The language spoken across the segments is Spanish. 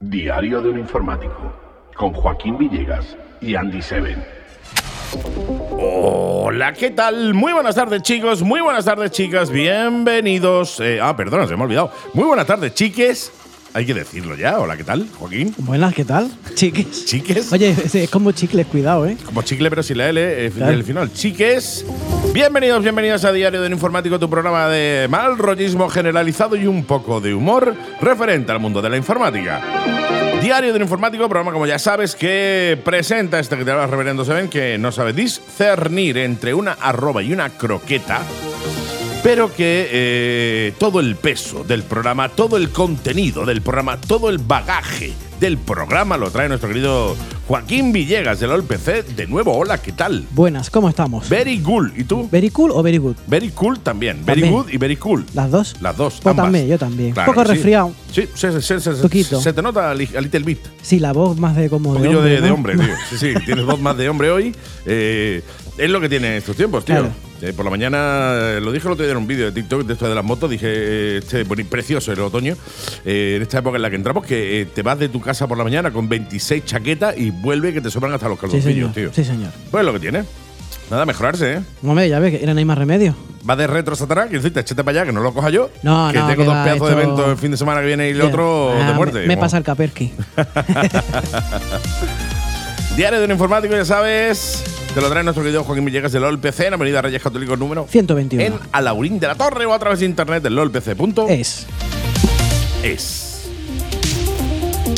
Diario de un Informático, con Joaquín Villegas y Andy Seven. Hola, ¿qué tal? Muy buenas tardes, chicos. Muy buenas tardes, chicas. Bienvenidos. eh, ah, perdona, se me ha olvidado. Muy buenas tardes, chiques. Hay que decirlo ya. Hola, ¿qué tal, Joaquín? Buenas, ¿qué tal? Chiques. Chiques. Oye, es- es como chicles, cuidado, ¿eh? Como chicle, pero sin la L, eh, Claro. el final. Chiques, bienvenidos, bienvenidas a Diario del Informático, tu programa de mal rollismo generalizado y un poco de humor referente al mundo de la informática. Diario del Informático, programa como ya sabes que presenta este que te habla reverendo Seven, que no sabe discernir entre una arroba y una croqueta pero que eh, todo el peso del programa, todo el contenido del programa, todo el bagaje del programa lo trae nuestro querido Joaquín Villegas del OLPC. De nuevo, hola, ¿qué tal? Buenas, ¿cómo estamos? Very cool. ¿Y tú? ¿Very cool o very good? Very cool también. Very También. good y very cool. ¿Las dos? Las dos. Yo ambas. también, yo también. Claro Un poco que sí. resfriado. Sí, se, se- se- se- Poquito. se te nota a li- a little bit. Sí, la voz más de como Un poquillo de, de ¿no? hombre, tío. Sí, sí, tienes voz más de hombre hoy. Eh, es lo que tiene estos tiempos, tío. Claro. Eh, por la mañana, eh, lo dije el otro día en un vídeo de TikTok de esto de las motos, dije, eh, este boni- precioso el otoño, eh, en esta época en la que entramos, que eh, te vas de tu casa por la mañana con 26 chaquetas y vuelve que te sobran hasta los Sí, calzoncillos, señor. tío. Sí, señor. Pues es lo que tiene. Nada, mejorarse, ¿eh? No me ya ves que era no hay más remedio. Va de retros atrás, que decirte, échate para allá, que no lo coja yo. No, que no, tengo que dos va, pedazos de esto- eventos el fin de semana que viene y el Ya. otro Ah, de me- muerte. Me, Como- pasa el caperki. Diario de un informático, ya sabes. Te lo trae nuestro querido Joaquín Villegas del LOLPC en Avenida Reyes Católicos número 121. en Alaurín de la Torre o a través de internet del lolpc.es. Es.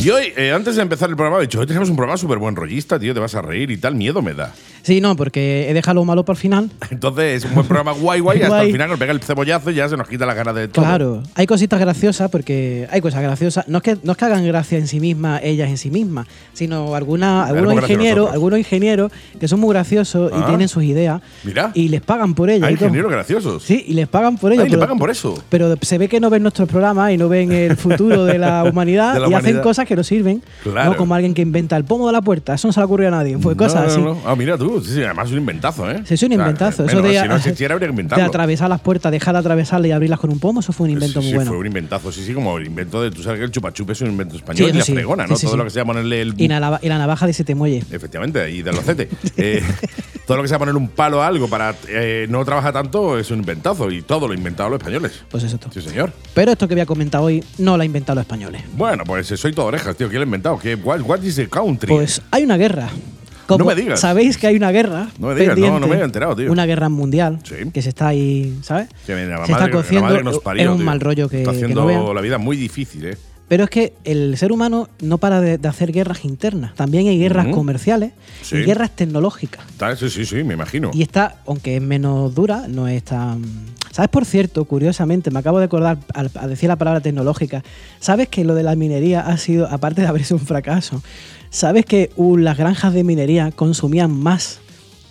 Y hoy, eh, antes de empezar el programa, he dicho, hoy tenemos un programa súper buen rollista, tío, te vas a reír y tal, miedo me da. Sí, no, porque he dejado lo malo para el final. Entonces, es un buen programa guay, guay, y hasta Guay. el final nos pega el cebollazo y ya se nos quita las ganas de todo. Claro, hay cositas graciosas porque hay cosas graciosas. No es que, no es que hagan gracia en sí mismas, ellas en sí mismas, sino alguna, algunos hemos gracia ingenieros, nosotros. algunos ingenieros que son muy graciosos Ah. y tienen sus ideas Mira. y les pagan por ellas. Hay y todo. ingenieros graciosos. Sí, y les pagan por ello. Ay, le pagan por eso. Pero se ve que no ven nuestros programas y no ven el futuro de la humanidad De la y humanidad. hacen cosas que no sirven. Claro. No como alguien que inventa el pomo de la puerta. Eso no se le ocurrió a nadie. Pues No, cosas no, así. no. Ah, mira tú, sí, sí, además es un inventazo, ¿eh? Sí, es un O sea, inventazo. bueno, eso de, si no existiera, habría que de inventarlo. atravesar las puertas, dejar de atravesarlas y abrirlas con un pomo, eso fue un invento sí, muy sí, bueno. fue un inventazo, sí, sí, como el invento de, tú sabes que el chupachup es un invento español Sí, y eso la sí. fregona, Sí, ¿no? sí, Todo sí. lo que sea ponerle el... Y, la nava- y la navaja de siete muelles. Efectivamente, y del locete. Eh, todo lo que sea poner un palo a algo para eh, no trabajar tanto es un inventazo y todo lo inventado los españoles. Pues eso todo. Sí, señor. Pero esto que voy a comentar hoy no lo han inventado los españoles. Bueno, pues eh, soy todo orejas, tío. ¿Quién lo ha inventado? ¿Qué, what, what is the country? Pues hay una guerra. Como me digas. Sabéis que hay una guerra. No me digas, no, pendiente, no me había enterado, tío. Una guerra mundial Sí. que se está ahí, ¿sabes? Que viene la madre- se está la cociendo. madre que nos eh, parió, era un tío. mal rollo que, Está que haciendo no vean. la vida muy difícil, ¿eh? Pero es que el ser humano no para de, de hacer guerras internas. También hay guerras Ujú. comerciales Sí. y guerras tecnológicas. Está- sí, sí, sí, me imagino. Y esta, aunque es menos dura, no es tan. ¿Sabes, por cierto, curiosamente, me acabo de acordar al, al decir la palabra tecnológica, ¿sabes que lo de la minería ha sido, aparte de haber sido un fracaso, ¿sabes que uh, las granjas de minería consumían más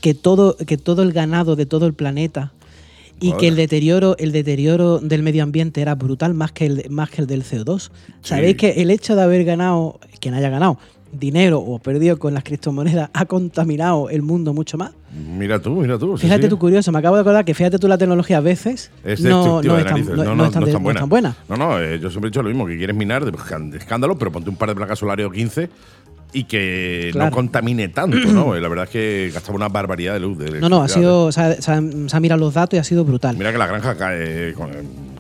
que todo, que todo el ganado de todo el planeta? Y Madre. que el deterioro, el deterioro del medio ambiente era brutal más que el, más que el del CO2. Sí. ¿Sabéis que el hecho de haber ganado, quien haya ganado, dinero o perdido con las criptomonedas, ha contaminado el mundo mucho más? Mira tú, mira tú. sí, Fíjate sí. tú curioso, me acabo de acordar que fíjate tú la tecnología a veces Es no, destructiva no, de es tan, narices. no, no es tan de- no es tan buena. No, no, eh, yo siempre he dicho lo mismo, que quieres minar de de escándalo, pero ponte un par de placas solares o 15 y que no Claro. contamine tanto, ¿no? Eh, La verdad es que gastaba una barbaridad de luz. de No, no, electricidad, ha ¿eh? sido, se ha, se han- se han mirado los datos y ha sido brutal. Mira que las granjas cae- con-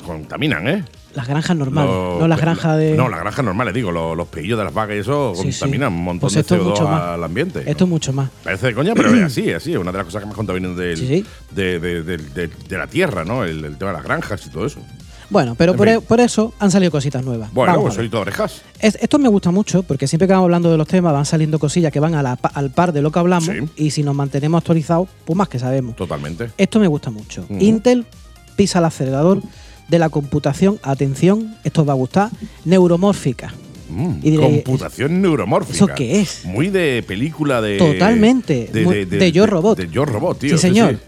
contaminan, ¿eh? Las granjas normales, Los- no las granjas de... No, las granjas normales, digo, los, los pelillos de las vacas y eso Sí, sí. contaminan un montón Pues de esto es CO2 mucho más. al ambiente. Esto es mucho más. Parece de coña, pero es así, es así. Es una de las cosas que más contaminan del- Sí, sí. De, de- de- de- de la tierra, ¿no? El, el tema de las granjas y todo eso. Bueno, pero En por, fin. e- por eso han salido cositas nuevas. Bueno, Vamos pues a ver. soy todo orejas. Es- esto me gusta mucho porque siempre que vamos hablando de los temas van saliendo cosillas que van a la pa- al par de lo que hablamos Sí. y si nos mantenemos actualizados, pues más que sabemos. Totalmente. Esto me gusta mucho. Ujú. Intel pisa el acelerador de la computación, atención, esto os va a gustar, neuromórfica. Mm, Y diré, computación neuromórfica. ¿eso qué es? Muy de película de. Totalmente, muy- de Yo Robot. De, Yo Robot, tío. sí, señor.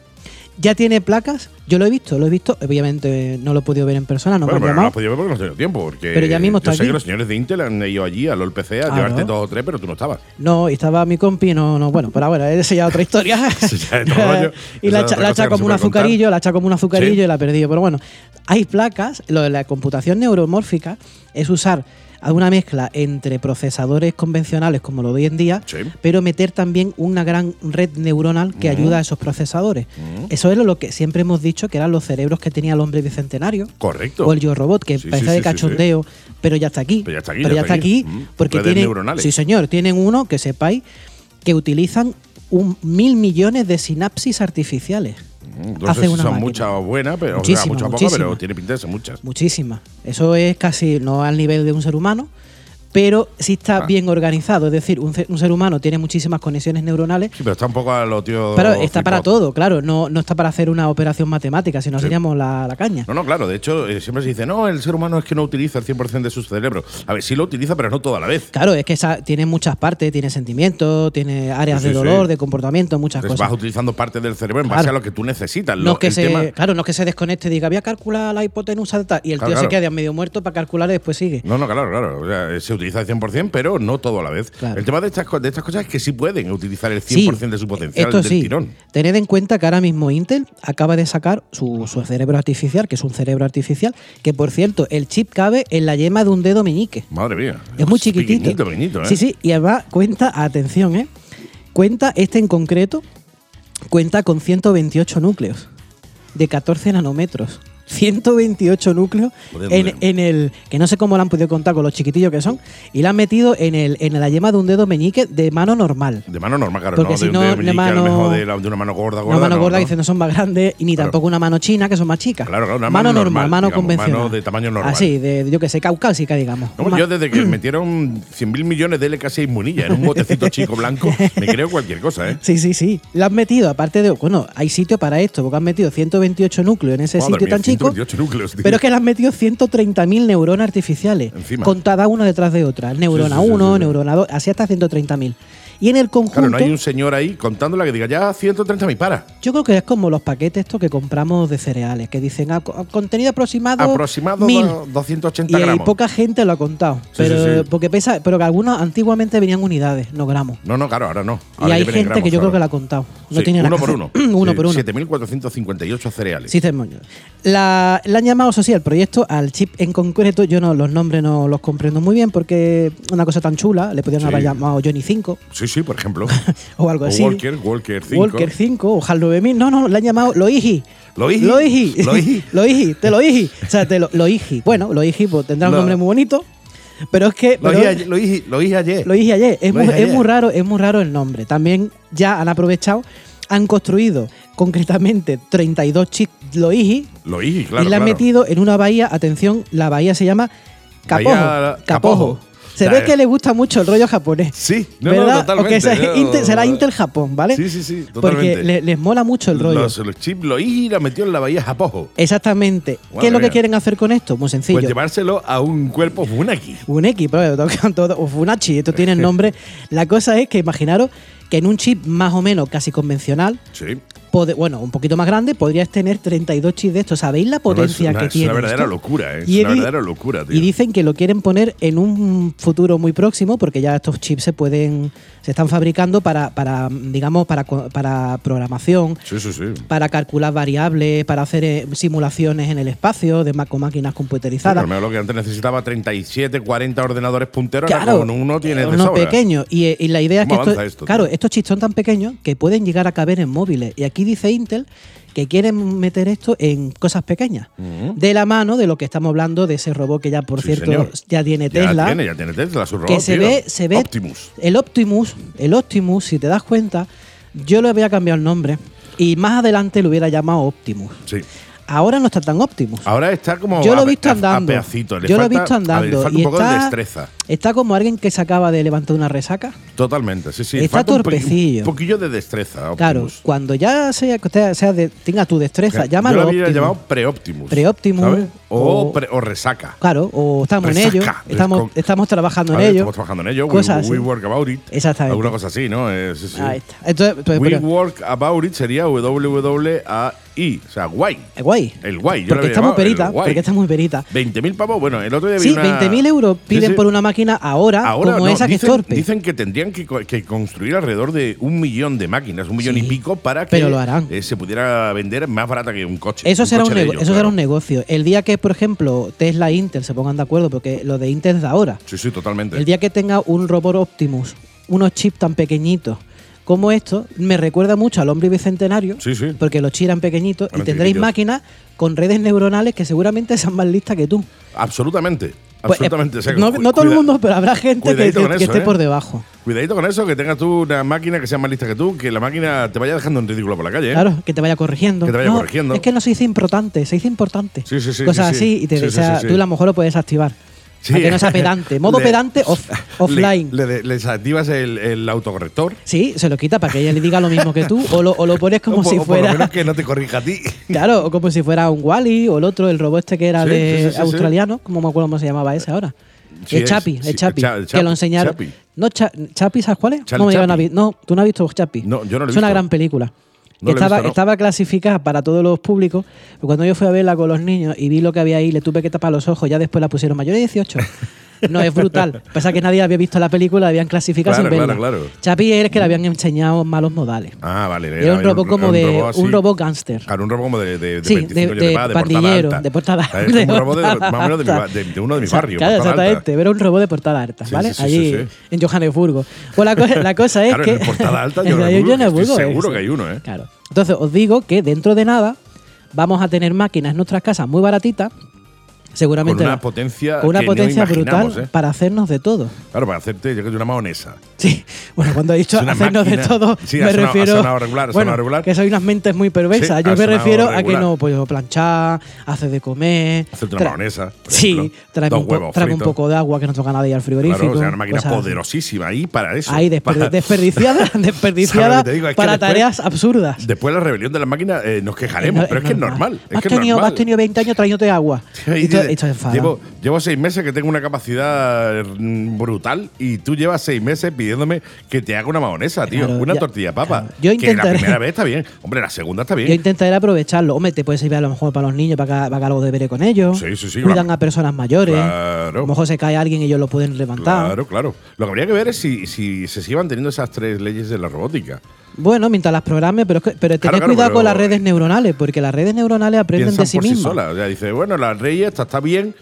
Ya tiene placas, yo lo he visto, lo he visto, obviamente eh, no lo he podido ver en persona, no Bueno, me han pero no llamado. has podido ver porque no has tenido tiempo. Porque Pero ya mismo yo está sé aquí. que los señores de Intel han ido allí al LOLPC a Ah, llevarte ¿no? dos o tres, pero tú no estabas. No, y estaba mi compi, no, no, bueno, pero bueno, esa ya es otra historia. ya es otro rollo. y Esa la es otra echa la cosa echa que no se como un puede contar. azucarillo, la echa como un azucarillo Sí. y la ha perdido. Pero bueno, hay placas, lo de la computación neuromórfica es usar una mezcla entre procesadores convencionales como lo de hoy en día, Sí. Mm. pero meter también una gran red neuronal que ayuda a esos procesadores. Eso es lo que siempre hemos dicho que eran los cerebros que tenía el hombre bicentenario. Correcto. O el Yo Robot, que Sí, sí, parecía sí, de sí, sí. cachondeo, pero ya está aquí. Pero ya está aquí, Pero ya está aquí, Mm. porque Redes tienen. neuronales. Sí, señor, tienen uno que sepáis que utilizan un mil millones de sinapsis artificiales. Mm, No hace sé si una son máquina. muchas o buenas, pero o sea, Muchísimas, muchas o pocas, muchísimas. pero tiene pinta de ser muchas. Muchísimas. Eso es casi no al nivel de un ser humano, pero sí está Ah. bien organizado. Es decir, un, ce- un ser humano tiene muchísimas conexiones neuronales. Sí, pero está un poco a los tíos. Pero está para flipados. todo, claro, no, no está para hacer una operación matemática, si no Sí. seríamos la, la caña. No, no, claro, de hecho, eh, siempre se dice, no, el ser humano es que no utiliza el 100% de su cerebro. A ver, sí lo utiliza, pero no toda la vez. Claro, es que esa, tiene muchas partes, tiene sentimientos, tiene áreas Sí, de sí, dolor, sí. de comportamiento, muchas Entonces vas cosas. utilizando parte del cerebro en base Claro. a lo que tú necesitas. No Lo- es que el se, tema- claro, no es que se desconecte y diga, voy a calcular la hipotenusa de tal", y el Claro, tío se claro. queda medio muerto para calcular y después sigue. No, no, claro, claro. O sea, eh, se utiliza al 100%, pero no todo a la vez. Claro. El tema de estas, co- de estas cosas es que sí pueden utilizar el 100% de su potencial esto del sí. tirón. Tened en cuenta que ahora mismo Intel acaba de sacar su, su cerebro artificial, que es un cerebro artificial, que por cierto, el chip cabe en la yema de un dedo meñique. Madre mía. Es muy chiquitito. Pues Pequeñito, pequeñito, ¿eh? Sí, sí, y además cuenta, atención, ¿eh? Cuenta, este en concreto, cuenta con 128 núcleos de 14 nanómetros. 128 núcleos Joder, en, hombre. en el. que no sé cómo lo han podido contar con los chiquitillos que son, y la han metido en, el, en la yema de un dedo meñique de mano normal. De mano normal, claro. Porque no si de, un no, dedo de meñique, a lo mano- mejor de, la- de una mano gorda, gorda. una mano no, ¿no? gorda que dice no son más grandes y ni Claro. tampoco una mano china que son más chicas. Claro, claro, una mano, mano normal, normal, mano digamos, convencional. mano de tamaño normal. Así, de, yo que sé, caucásica, digamos. No, hombre, Ma- yo desde que metieron 100.000 millones de LK6 inmunilla en un botecito chico blanco, me creo cualquier cosa, ¿eh? Sí, sí, sí. La han metido, aparte de. Bueno, hay sitio para esto, porque han metido 128 núcleos en ese Madre sitio mía, tan chico. 128 núcleos, tío. Pero es que le han metido 130.000 neuronas artificiales, Encima. contadas una detrás de otra. Neurona Sí, sí, sí, 1, sí, sí. neurona 2, así hasta 130.000. Y en el conjunto, Claro, no hay un señor ahí contándola que diga ya 130.000, para. yo creo que es como los paquetes estos que compramos de cereales, que dicen ah, co- contenido aproximado. Aproximado 1000. do- 280 Y, y gramos. poca gente lo ha contado. Sí, Pero, sí, sí. Porque pesa, pero que algunos antiguamente venían unidades, no gramos. No, no, claro, ahora no. y Ahora hay ya viene gente en gramos, que yo creo claro. que la ha contado. No Sí, tiene nada uno que por hacer. uno. uno Sí, por uno. 7.458 cereales. Sí, Termoño. La, la han llamado, eso sí, al proyecto, al chip en concreto. Yo no los nombres no los comprendo muy bien porque una cosa tan chula, le podrían Sí. haber llamado Johnny 5 Sí, sí, por ejemplo. o algo O así. Walker, Walker 5. Walker 5 o HAL 9000. No, no, le han llamado Loigi. Loigi. Loigi. Loigi. Loigi, te Loigi. O sea, te lo, Loigi. Bueno, Loigi pues, tendrá un Lo- nombre muy bonito, pero es que... Lo pero- dije ayer- lo dije lo dije ayer. lo dije ayer, es, Lo muy, dije es ayer. muy raro, es muy raro el nombre. También ya han aprovechado, han construido concretamente 32 chips Loigi Lo dije, claro. y la han claro. metido en una bahía, atención, la bahía se llama Capojo. Bahía Capojo. Capojo. Se Ya, ve eh. que le gusta mucho el rollo japonés. Sí, no, no, ¿verdad? totalmente. Porque esa- yo- Intel- será Intel Japón, ¿vale? Sí, sí, sí, totalmente. Porque le- les mola mucho el rollo. Los, los chips lo dije y la metió en la bahía Japojo. Exactamente. ¿Qué Madre es lo que mía. quieren hacer con esto? Muy sencillo. Pues llevárselo a un cuerpo Funaki. Un X, pero tocan todo. O Funachi, esto tiene nombre. La cosa es que imaginaros que en un chip más o menos casi convencional, Sí. pode- bueno, un poquito más grande, podrías tener 32 chips de estos. ¿Sabéis la potencia No, no, es una- que es tiene? una verdadera esto? locura, ¿eh? Es Y una di- verdadera locura, tío. Y dicen que lo quieren poner en un futuro muy próximo, porque ya estos chips se pueden, se están fabricando para, para digamos, para, co- para programación, Sí, sí, sí. para calcular variables, para hacer eh, simulaciones en el espacio de ma- con máquinas Sí, pero computerizadas. a lo mejor lo que antes necesitaba 37, 40 ordenadores punteros, ahora Claro, con uno tiene eh, de uno sobra. pequeño. Y, eh, y la idea es que ¿Cómo esto, avanza esto, tío? claro, estos chips son tan pequeños que pueden llegar a caber en móviles. Y aquí dice Intel que quieren meter esto en cosas pequeñas. De la mano de lo que estamos hablando de ese robot que ya, por Sí, cierto, señor. ya tiene Ya Tesla. tiene, ya tiene Tesla, su robot. que se tío. ve, se ve Optimus. El Optimus, el Optimus, si te das cuenta, yo le había cambiado el nombre y más adelante lo hubiera llamado Optimus. Sí. Ahora no está tan Optimus. Ahora está como. yo lo Ah, a- he visto a- a andando. pedacito. Le yo lo he falta- visto a ver, le andando falta un y poco está de destreza. está como alguien que se acaba de levantar una resaca. Totalmente, sí, sí. Está falta un poqui- torpecillo. Un poquillo de destreza. Claro, Optimus. cuando ya sea, que usted sea de- tenga tu destreza, Eh, Yo llámalo lo habría Optimus. llamado pre-Optimus. Pre-Optimus, ¿sabes? O, o- pre- o resaca. Claro, o estamos Resaca. en ello, estamos, Con- estamos trabajando Vale, en ello. Estamos trabajando en ello. Cosas we, we así. work about it. Exactamente. Alguna cosa así, ¿no? Eh, sí, sí. Ahí está. Entonces, pues, We pero- work about it sería WWAI. O sea, guay. es guay. El guay. Yo lo Porque habría está muy llamado el perita, guay. porque está muy perita. 20.000 pavos. Bueno, el otro día vi Sí, una- 20.000 euros Sí, piden sí. por una máquinas ahora, Ahora Ah, como no, esa que dicen, es torpe. dicen que tendrían que, co- que construir alrededor de un millón de máquinas, un millón Sí, y pico, para que pero lo harán. eh, se pudiera vender más barata que un coche. Eso, será, un coche de nego- ellos, eso será claro. un negocio. El día que, por ejemplo, Tesla e Intel se pongan de acuerdo, porque lo de Intel es de ahora, Sí, sí, totalmente. el día que tenga un robot Optimus, unos chips tan pequeñitos como esto, me recuerda mucho al hombre bicentenario, Sí, sí. porque los chips eran pequeñitos, y Eran tendréis chiquititos. máquinas con redes neuronales que seguramente sean más listas que tú. Absolutamente. Pues, eh, absolutamente. O sea, no cu- no todo el cuida- mundo, pero habrá gente que, cuidadito que- con que eso, esté ¿eh? por debajo. Cuidadito con eso, que tengas tú una máquina que sea más lista que tú, que la máquina te vaya dejando en ridículo por la calle. ¿eh? Claro, que te vaya corrigiendo. Que te vaya No, corrigiendo. Es que no se dice importante, se dice importante. Sí, sí, sí, Cosas sí, sí. así, y te Sí, sí, desea- sí, sí. tú a lo mejor lo puedes activar. Sí. Para que no sea pedante. Modo Le- pedante off- offline. Le, le- les activas el, el autocorrector. Sí, se lo quita para que ella le diga lo mismo que tú, o lo, o lo pones como o, por- si o por lo menos fuera. que no te corrija a ti. Claro, o como si fuera un Wally o el otro, el robot este que era Sí, de sí, sí, sí, australiano, como me acuerdo cómo se llamaba ese ahora. Sí, el es- Chapi, sí, el Chapi, Cha- el que lo Chapi, enseñaron. Chapi. No, Cha- ¿Chapi sabes cuál es? Charlie no, me digas, no, Chapi. has vi- no, tú no has visto Chapi. No, yo no lo he Es una visto. gran película. No lo he estaba, visto, no. estaba clasificada para todos los públicos, pero cuando yo fui a verla con los niños y vi lo que había ahí, le tuve que tapar los ojos, ya después la pusieron mayor de 18. No, es brutal. Pasa que nadie había visto la película, la habían clasificado Claro, sin verla. claro, claro. Chapi es que le habían enseñado malos modales. Ah, vale. Era un robot como de. así. un robot gángster. Claro, un robot como de, de, de Sí, 25 de- yo de va, pandillero, portada alta. de portada- ¿Sabes? Como de un robot de, portada más o menos de, mi ba- alta. de- de uno de mis Exa- barrios. Claro, portada alta. exactamente. Era un robot de portada alta, Sí, ¿vale? sí, sí, Allí sí, sí. en Johannesburgo. Pues la, co- la cosa es Claro, que. en el portada alta de en la Johannesburgo, Johannesburgo, estoy eh, seguro sí. que hay uno, ¿eh? Claro. Entonces os digo que dentro de nada vamos a tener máquinas en nuestras casas muy baratitas. Seguramente. Con una la- potencia con una que no potencia brutal imaginamos, eh. para hacernos de todo. Claro, para hacerte, yo creo que una mahonesa. Sí, bueno, cuando he dicho Es una hacernos de máquina. todo, Sí, ha me sonado- ha refiero. sonado regular, ha bueno, sonado regular. Que soy unas mentes muy perversas. Sí, Yo ha me sonado refiero a que regular. no, pues planchar, hacer de comer. Hacerte tra- una mahonesa. por Sí, ejemplo. trae Dos un, po- huevos tráeme un fritos. poco de agua que no toca nada ahí al frigorífico. Claro, o sea, una máquina cosas así. poderosísima ahí para eso. Ahí, desper- Para- desperdiciada, ¿Sabes desperdiciada lo que te digo? Es que para después- tareas absurdas. Después de la rebelión de las máquinas eh, nos quejaremos, no- pero es, que es normal. Es Has que es tenido, normal. has tenido 20 años trayéndote agua. Ahí Y esto, dice, esto es enfadado. llevo, llevo seis meses que tengo una capacidad mm, brutal y tú llevas seis meses pidiéndome que te haga una mahonesa, tío. Claro, una ya- tortilla de papa. claro. Yo Que intentaré- la primera vez está bien. Hombre, la segunda está bien. Yo intentaré aprovecharlo. Hombre, te puede servir a lo mejor para los niños, para que, para que algo de bere con ellos. Sí, sí, sí, Cuidan claro. a personas mayores. Claro. A lo mejor se cae alguien y ellos lo pueden levantar. Claro, claro. Lo que habría que ver es si, si se sigan teniendo esas tres leyes de la robótica. Bueno, mientras las programe, pero, es que- pero tened Claro, claro, cuidado pero- con eh, las redes neuronales, porque las redes neuronales aprenden Piensan de sí por sí mismas. solas. O sea, dice, bueno, la ley esta está bien,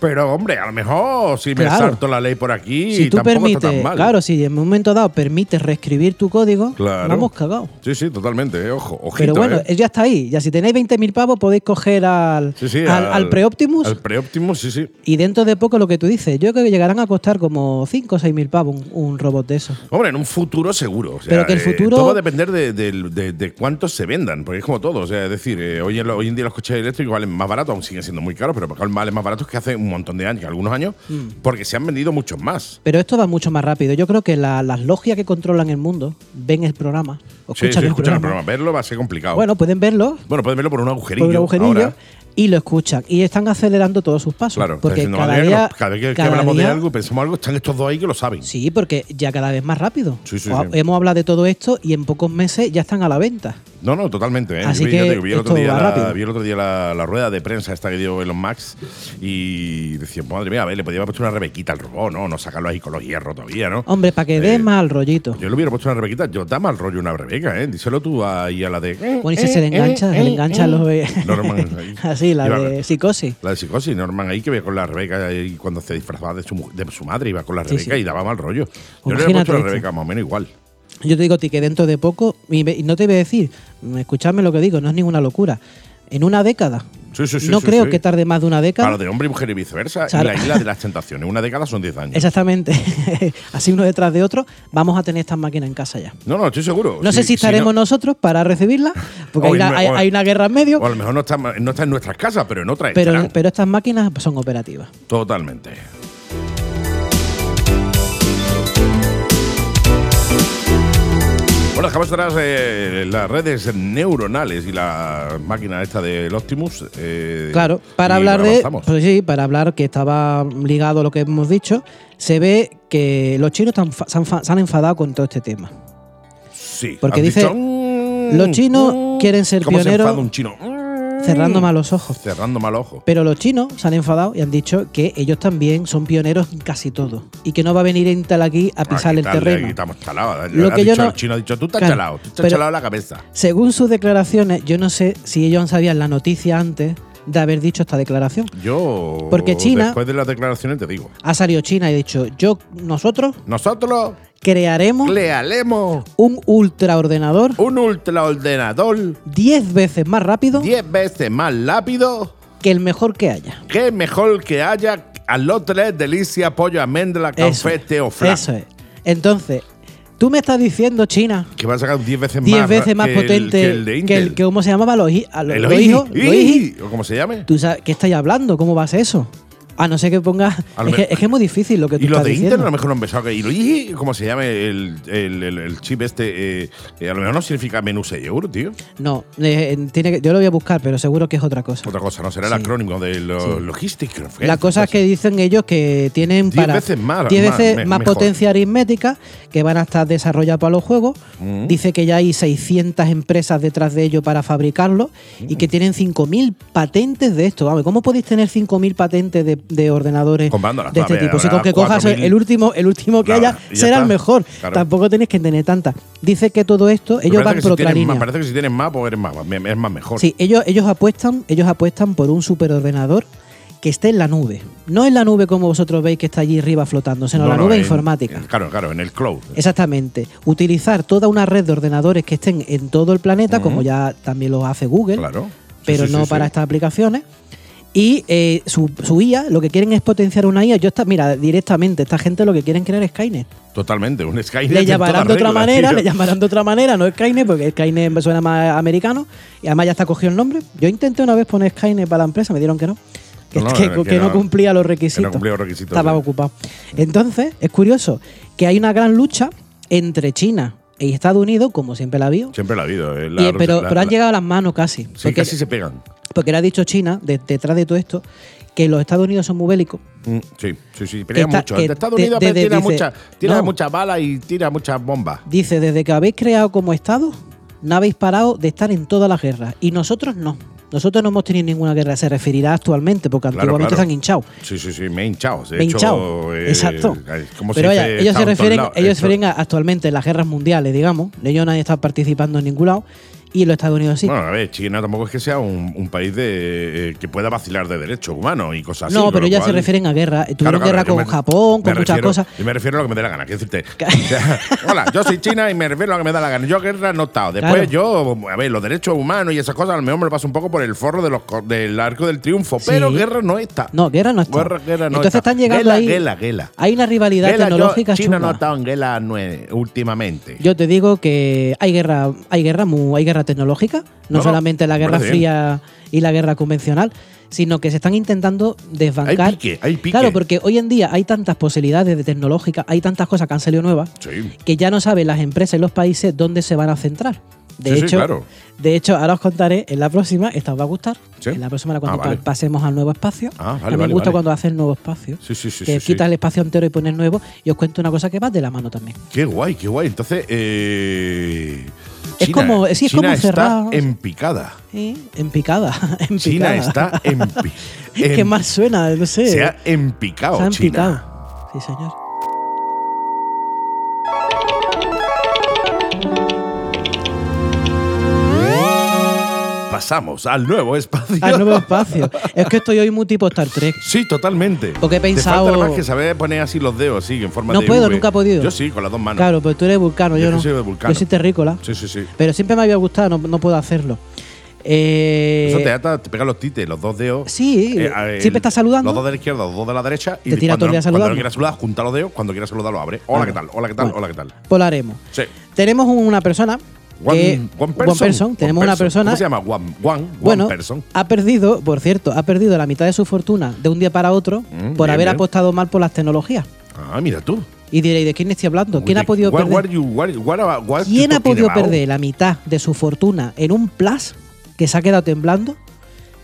pero hombre, a lo mejor si me Claro. salto la ley por aquí, si tú tampoco permites, está tan mal. claro, si en un momento dado permites reescribir tu código, Claro. lo hemos cagado. Sí, sí, totalmente. eh. Ojo, ojito. Pero bueno, eh. ya está ahí. Ya si tenéis 20.000 pavos, podéis coger al, Sí, sí, al, al Preoptimus. Al Preoptimus, sí, sí. y dentro de poco lo que tú dices, yo creo que llegarán a costar como 5 o 6.000 mil pavos un, un robot de esos. Hombre, en un futuro seguro. o sea, Pero que el eh, futuro- todo va a depender de, de- de- de cuántos se vendan, porque es como todo. O sea, es decir, eh, hoy, en lo- hoy en día los coches eléctricos valen más baratos, aún siguen siendo muy caros, pero valen más baratos que hace un montón de años, algunos años, Mm. porque se han vendido muchos más. Pero esto va mucho más rápido. Yo creo que la- las logias que controlan el mundo ven el programa, o Sí, escuchan sí, escuchan el, el programa. programa. Verlo va a ser complicado. Pues Bueno, pueden verlo Bueno, puedes verlo por un agujerillo. por un agujerillo ahora. y lo escuchan. Y están acelerando todos sus pasos. Claro, porque está diciendo, cada, madre mía, que día, nos- cada vez que, que cada hablamos día- de algo, y pensamos algo, están estos dos ahí que lo saben. Sí, porque ya cada vez más rápido. Sí, sí, O- sí. Hemos hablado de todo esto y en pocos meses ya están a la venta. No, no, totalmente. ¿eh? Así Yo vi- ya que te digo, vi, el otro esto día va la, rápido. vi el otro día la, la rueda de prensa esta que dio Elon Max y decía, madre mía, a ver, le podía haber puesto una rebequita al robot, ¿no? No sacarlo ahí con los hierros todavía, ¿no? Hombre, para que dé Eh, más al rollito. Yo le hubiera puesto una rebequita, yo da mal rollo una rebeca, ¿eh? Díselo tú ahí a la de... "Eh, Bueno, y si se le engancha, se le engancha a los Norman ahí. Así, la Iba- de psicosis. La de psicosis, Norman ahí que ve con la Rebeca y cuando se disfrazaba de su, mu- de su madre iba con la Sí, Rebeca sí. y daba mal rollo. Yo le Imagínate he puesto a la esto. Rebeca más o menos igual. Yo te digo a ti que dentro de poco, y, ve- y no te voy a decir, mm, escuchadme lo que digo, no es ninguna locura. En una década. Sí, sí, sí, no sí, creo sí. que tarde más de una década. Para de hombre y mujer y viceversa, Claro. y la isla de las tentaciones. Una década son 10 años. Exactamente. Así uno detrás de otro, vamos a tener estas máquinas en casa ya. No, no, estoy seguro. No sé si estaremos no- nosotros para recibirlas, porque O hay, en una, nue- hay- o- hay una guerra en medio, O a lo mejor no está, no está en nuestras casas, pero en otras pero, estarán. pero estas máquinas son operativas. Totalmente. Bueno, dejamos atrás eh, las redes neuronales y la máquina esta del Optimus. eh, Claro, para y hablar de. avanzamos. Pues sí, para hablar que estaba ligado a lo que hemos dicho, se ve que los chinos tan fa- se han fa- se han enfadado con todo este tema. Sí, porque han dice, dicho, "Mm, los chinos mm". quieren ser ¿Cómo se pioneros- enfada un chino? "Mm". cerrando malos ojos. Cerrando mal ojo. Pero los chinos se han enfadado y han dicho que ellos también son pioneros en casi todo y que no va a venir Intel aquí a pisar el Aquí tal- terreno. Aquí estamos chalados. Lo Lo que yo no- El chino ha dicho, tú estás Claro, chalado. Tú estás pero- chalado en la cabeza. Según sus declaraciones, yo no sé si ellos sabían la noticia antes de haber dicho esta declaración. Yo. Porque China- Después de las declaraciones te digo. Ha salido China y ha dicho, yo, nosotros Nosotros crearemos le haremos un ultraordenador un ultraordenador 10 veces más rápido 10 veces más rápido que el mejor que haya. que mejor que haya a los tres delicia, pollo, almendra, Eso es, café, té o flan. Eso es. Entonces, tú me estás diciendo, China, Que va a sacar 10 veces 10 más veces ra- más que el- potente que el de Intel. que ¿Cómo se llamaba? Los, hi- a los, El los Iji, hijos. los Iji, hijos. o como se llame. ¿Tú sabes qué estáis hablando? ¿Cómo va a ser eso? A no ser que pongas. A lo Es que, mejor- es que es muy difícil lo que tú Y los estás de diciendo. Intel a lo mejor no han besado. que- Y los Iji, como se llame el, el- el- el chip este, eh, eh, a lo mejor no significa menú 6 euros, tío. No, eh, eh, tiene que- yo lo voy a buscar, pero seguro que es otra cosa. Otra cosa, ¿no? Será Sí. el acrónimo de los Sí. logísticos. La cosa es que dicen ellos que tienen 10 para veces más, 10 más, veces me- más mejor. potencia aritmética que van a estar desarrolladas para los juegos. Mm. Dice que ya hay 600 empresas detrás de ello para fabricarlo y Mm. que tienen 5.000 patentes de esto. Vamos, ¿cómo podéis tener 5.000 patentes de, de ordenadores Comprándolas, de este vale, tipo? Si habrá con que cojas el, 4.000. el último, el último que Nada, haya y ya será el está. mejor. Claro. Tampoco tenéis que tener tantas. Dice que todo esto, Me ellos parece van que por si otra tienes más- línea. parece que si tienes más, pues eres más, es más mejor. Sí, ellos, ellos apuestan, ellos apuestan por un superordenador que esté en la nube. No en la nube como vosotros veis que está allí arriba flotando, sino No, la no, nube en- informática. en- claro, claro, en el cloud. Exactamente. Utilizar toda una red de ordenadores que estén en todo el planeta, como ya también lo hace Google, Claro. Sí, pero sí, no sí, para sí. estas aplicaciones. Y eh, su, su IA, lo que quieren es potenciar una IA. Yo esta, mira, directamente, esta gente lo que quieren crear es Skynet. Totalmente, un Skynet. Le en toda llamarán de otra regla, manera, tío. le llamarán de otra manera, no Skynet, porque Skynet me suena más americano. Y además ya está cogido el nombre. Yo intenté una vez poner Skynet para la empresa, me dieron que no. Que, No, no, que- es que que no no- cumplía los Que requisitos. no cumplía los requisitos. Estaba sí. ocupado. Entonces, es curioso que hay una gran lucha entre China y Estados Unidos, como siempre la ha habido. Siempre la ha habido. eh, y- la- pero, la- pero han la- llegado a las manos casi. Sí, porque, casi se pegan. porque le ha dicho China, de- detrás de todo esto, que los Estados Unidos son muy bélicos. Mm, Sí, sí, sí. Pelean ta- mucho. que El de Estados te- Unidos desde tira, dice- mucha, tira no. muchas balas y tira muchas bombas. Dice, desde que habéis creado como Estado, no habéis parado de estar en todas las guerras. Y nosotros no. Nosotros no hemos tenido ninguna guerra. Se referirá actualmente, porque Claro, antiguamente claro. se han hinchado. Sí, sí, sí. Me he hinchado. De Me he hecho, hinchado. eh, Exacto. eh, ¿cómo Pero dice? vaya, ellos Estaba se en todos refieren, lados. ellos se Esto- refieren a- actualmente en las guerras mundiales, digamos. Ellos no han estado participando en ningún lado. Y los Estados Unidos sí. Bueno, a ver, China tampoco es que sea un, un país de, eh, que pueda vacilar de derechos humanos y cosas así. no, con pero lo ellos se cual- refieren a guerra. Tuvieron Claro, claro, guerra yo con me- Japón, me con muchas refiero- cosas. Yo me refiero a lo que me dé la gana, quiero decirte. o sea, hola, yo soy China y me refiero a lo que me da la gana. Yo guerra no he estado. Después Claro. yo, a ver, los derechos humanos y esas cosas, a lo mejor me lo paso un poco por el forro de los co- del arco del triunfo. Pero Sí. guerra no está. No, guerra no está. Guerra, guerra no Entonces está. están llegando Guela, ahí. guela, guela. Hay una rivalidad Guerra, yo- tecnológica China no chunga. ha estado en guerra nue- últimamente. Yo te digo que hay guerra, hay guerra, mu- hay guerra tecnológica, no, No, no, solamente la me guerra parece fría y la guerra convencional, sino que se están intentando desbancar. Hay pique, hay pique. Claro, porque hoy en día hay tantas posibilidades de tecnológica, hay tantas cosas que han salido nuevas Sí. que ya no saben las empresas y los países dónde se van a centrar. De Sí, sí, hecho, claro. de hecho, ahora os contaré en la próxima, esta os va a gustar. Sí. En la próxima la Ah, cuando pa- vale. pasemos al nuevo espacio. Ah, vale, a mí me vale, gusta vale. cuando hacen nuevo espacio. Sí, sí, sí, que sí, sí. quitas el espacio entero y pones nuevo. Y os cuento una cosa que va de la mano también. Qué guay, qué guay. Entonces, eh, Es como- sí, es como China cerrado. está en picada. ¿Eh? En picada. En China picada. está en, pi- en- ¿Qué más suena? No sé. Se ha empicado, Se han China. picado. Sí, señor. Pasamos al nuevo espacio. Al nuevo Ah, espacio. Es que estoy hoy muy tipo Star Trek. Sí, totalmente. Porque he Te pensado- falta nada más que saber poner así los dedos, sí, en forma No de puedo, V. nunca he podido. Yo sí, con las dos manos. Claro, pero tú eres vulcano, Ah, Yo yo, es que no. soy de Vulcano. Yo soy terrícola. Sí, sí, sí. Pero siempre me había gustado, no, no puedo hacerlo. Eh, Eso te ata, te pega los tites, los dos dedos. Sí, eh, a ver, siempre estás saludando. Los dos de la izquierda, los dos de la derecha. Y Te tira cuando, todo el día no- cuando saludando. no quieras saludar, junta los dedos. Cuando quieras saludar, lo abre. Hola, Claro. ¿qué tal? Hola, ¿qué tal? Bueno. Hola, ¿qué tal? pues lo haremos. Sí. Tenemos una persona. que, One, one person. One Tenemos una persona. ¿Cómo se llama? One, one, one Bueno, person. ha perdido, por cierto, ha perdido la mitad de su fortuna de un día para otro Mm, por bien, haber bien. apostado mal por las tecnologías. Ah, mira tú. Y diréis, ¿de quién estoy hablando? ¿Quién ha podido What- what perder? you- what- what about- what ¿Quién you ha podido talking about? perder la mitad de su fortuna en un plus que se ha quedado temblando?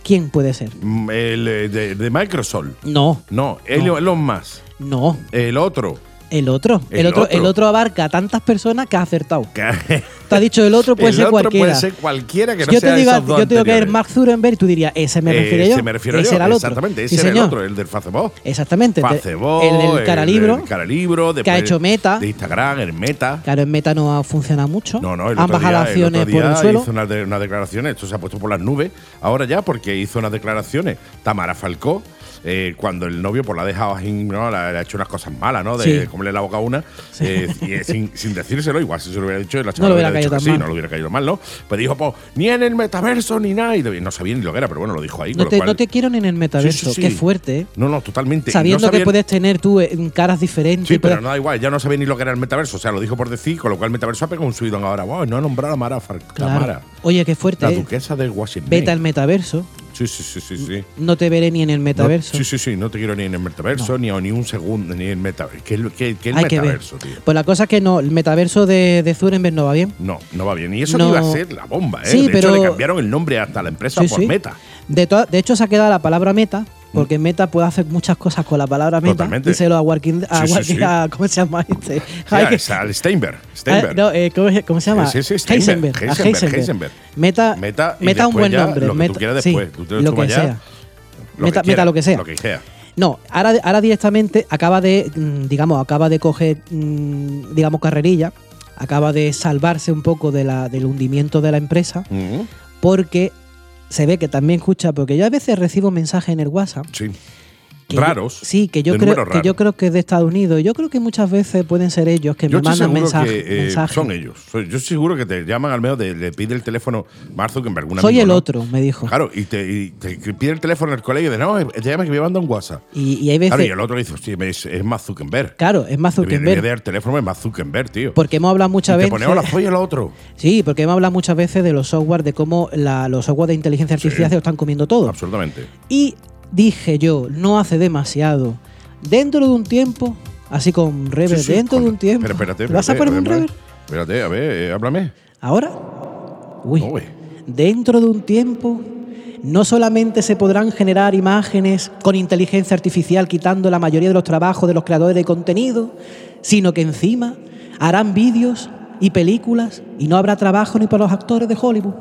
¿Quién puede ser? Mm, El eh, de, de Microsoft. No, No, Elon, Elon Musk. no. El otro. El otro. El, El otro, otro. El otro abarca a tantas personas que has acertado. Que- Te has dicho el otro puede el ser otro cualquiera. puede ser cualquiera que no yo sea te digo, esos dos yo te digo que es anteriores. Mark Zuckerberg y tú dirías, ese me Eh, refiero yo. ese me refiero ese yo, era el otro. Exactamente, Sí, ese era el señor. otro, el del Facebook. Exactamente. te- Facebook, el del caralibro. el caralibro, que ha después hecho Meta. De Instagram, el Meta. Claro, en Meta no ha funcionado mucho. No, no, el Han otro bajado día- el otro acciones por día el suelo. hizo unas de- unas declaraciones, esto se ha puesto por las nubes, ahora ya, porque hizo unas declaraciones Tamara Falcó, eh, cuando el novio pues, la ha dejado, así, ¿no? la, le ha hecho unas cosas malas, ¿no? De Sí. comerle la boca a una, eh, y, sin, sin decírselo, igual si se lo hubiera dicho, la chavala lo hubiera dicho caído que tan sí, mal. no lo hubiera caído mal, ¿no? Pero dijo, pues, ni en el metaverso ni nada, y de- no sabía ni lo que era, pero bueno, lo dijo ahí. con No lo te, cual- no te quiero ni en el metaverso. Sí, sí, sí. Qué fuerte, ¿eh? No, no, totalmente. Y no Sabiendo que sabían- puedes tener tú eh, caras diferentes. Sí, pero puedes- no da igual, ya no sabía ni lo que era el metaverso, o sea, lo dijo por decir, con lo cual el metaverso ha pegado un subidón ahora. Wow, no ha nombrado a Mara Far- Claro. Tamara, Oye, qué la fuerte. ¿eh? duquesa de Washington. Vete al metaverso. Sí, sí, sí, sí, sí. No te veré ni en el No, metaverso. sí, sí, sí, no te quiero ni en el metaverso, ni, a- ni un segundo, ni en el metaverso. ¿Qué es lo- qué- qué es el Hay que ver. metaverso, tío? Pues la cosa es que no, el metaverso de, de Zuckerberg no va bien. No, no va bien. Y eso que No. iba a ser la bomba, ¿eh? Sí, de hecho, pero- le cambiaron el nombre hasta la empresa Sí, por sí. Meta. De, to- de hecho, se ha quedado la palabra meta, porque meta puede hacer muchas cosas con la palabra meta. Mm. Totalmente. Díselo a Warking. Sí, A sí, Warking- sí. a- ¿Cómo se llama este? Sí, Ay, que- es al Steinberg. Ah, Steinberg. no, eh, ¿cómo, es- cómo se llama? Sí, sí, Steinberg, Heisenberg. a Heisenberg, Heisenberg. Heisenberg. Meta, Meta y meta un después buen ya nombre. lo que tú meta, quieras sí, después. Tú te lo lo tomas que ya, sea. Lo meta- meta quieras, lo que sea. Lo que sea. No, ahora, ahora directamente acaba de, mm, digamos, acaba de coger, mm, digamos, carrerilla. Acaba de salvarse un poco de la, del hundimiento de la empresa Mm, porque se ve que también escucha, porque yo a veces recibo mensajes en el WhatsApp. sí. que Raros. yo- sí, que yo, de creo, números que yo raros. creo que es de Estados Unidos. Yo creo que muchas veces pueden ser ellos que Yo me estoy mandan seguro mensajes. que eh, mensajes. son ellos. Soy- Yo estoy seguro que te llaman al menos, de- le pide el teléfono Mark Zuckerberg. un Soy amigo, el ¿no? otro, me dijo. Claro, y te, y te pide el teléfono en el colegio de no, te llamas que me manda un WhatsApp. Y, y hay veces. Claro, y el otro le dice, sí, es, es más Zuckerberg. Claro, es más Zuckerberg. Viene, Zuckerberg. el teléfono, es más Zuckerberg, tío. Porque hemos hablado Y muchas te veces. ponemos la polla al otro. Sí, porque hemos hablado muchas veces de los software, de cómo la- los software de inteligencia artificial se lo están comiendo todo. Absolutamente. Y dije yo, no hace demasiado. Dentro de un tiempo, así con rever, Sí, sí, dentro con- de un tiempo. Pero espérate, ¿Te vas a espérate, poner un rever? Espérate, a ver, eh, háblame. ¿Ahora? Uy. No, güey. Dentro de un tiempo, no solamente se podrán generar imágenes con inteligencia artificial quitando la mayoría de los trabajos de los creadores de contenido, sino que encima harán vídeos y películas y no habrá trabajo ni para los actores de Hollywood.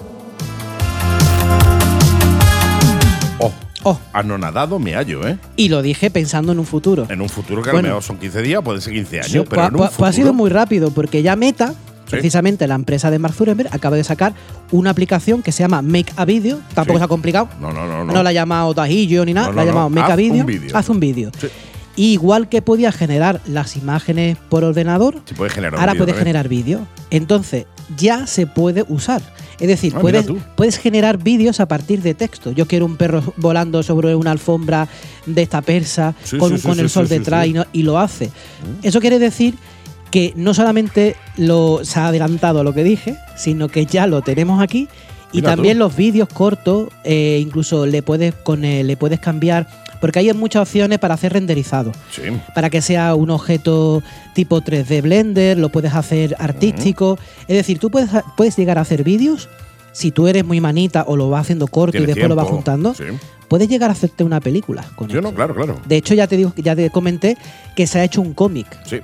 Oh, Oh, anonadado me hallo, ¿eh? y lo dije pensando en un futuro. En un futuro que a Bueno. lo mejor son 15 días, pueden ser 15 años, Sí, pero pues- en un pues- futuro... pues ha sido muy rápido porque ya Meta, precisamente la empresa de Mark Zuckerberg, acaba de sacar una aplicación que se llama Make a Video. Tampoco Sí. se ha complicado. No, no, no, no. No, la ha llamado Tajillo ni nada, No, no, la ha no. llamado Make Haz a un Video. vídeo. Haz un vídeo. Sí. Y Igual que podía generar las imágenes por ordenador, Se puede generar un ¿eh? ahora vídeo puedes también. generar vídeo. Entonces, ya se puede usar. Es decir, Ah, mira puedes, tú. puedes generar vídeos a partir de texto. Yo quiero un perro volando sobre una alfombra de esta persa Sí, con, sí, sí, con el sí, sol sí, sí, detrás sí. Mm. y no- y lo hace. Eso quiere decir que no solamente lo, se ha adelantado a lo que dije, sino que ya lo tenemos aquí. Y Mira tú. también los vídeos cortos, eh, incluso le puedes, con, eh, le puedes cambiar, porque hay muchas opciones para hacer renderizado Sí. para que sea un objeto tipo 3D Blender, lo puedes hacer artístico. Es decir, tú puedes, puedes llegar a hacer vídeos, si tú eres muy manita o lo vas haciendo corto y Tiene después lo vas tiempo. juntando, Sí. puedes llegar a hacerte una película con Sí, esto. no, claro, claro. De hecho, ya te, digo, ya te comenté que se ha hecho un cómic Sí,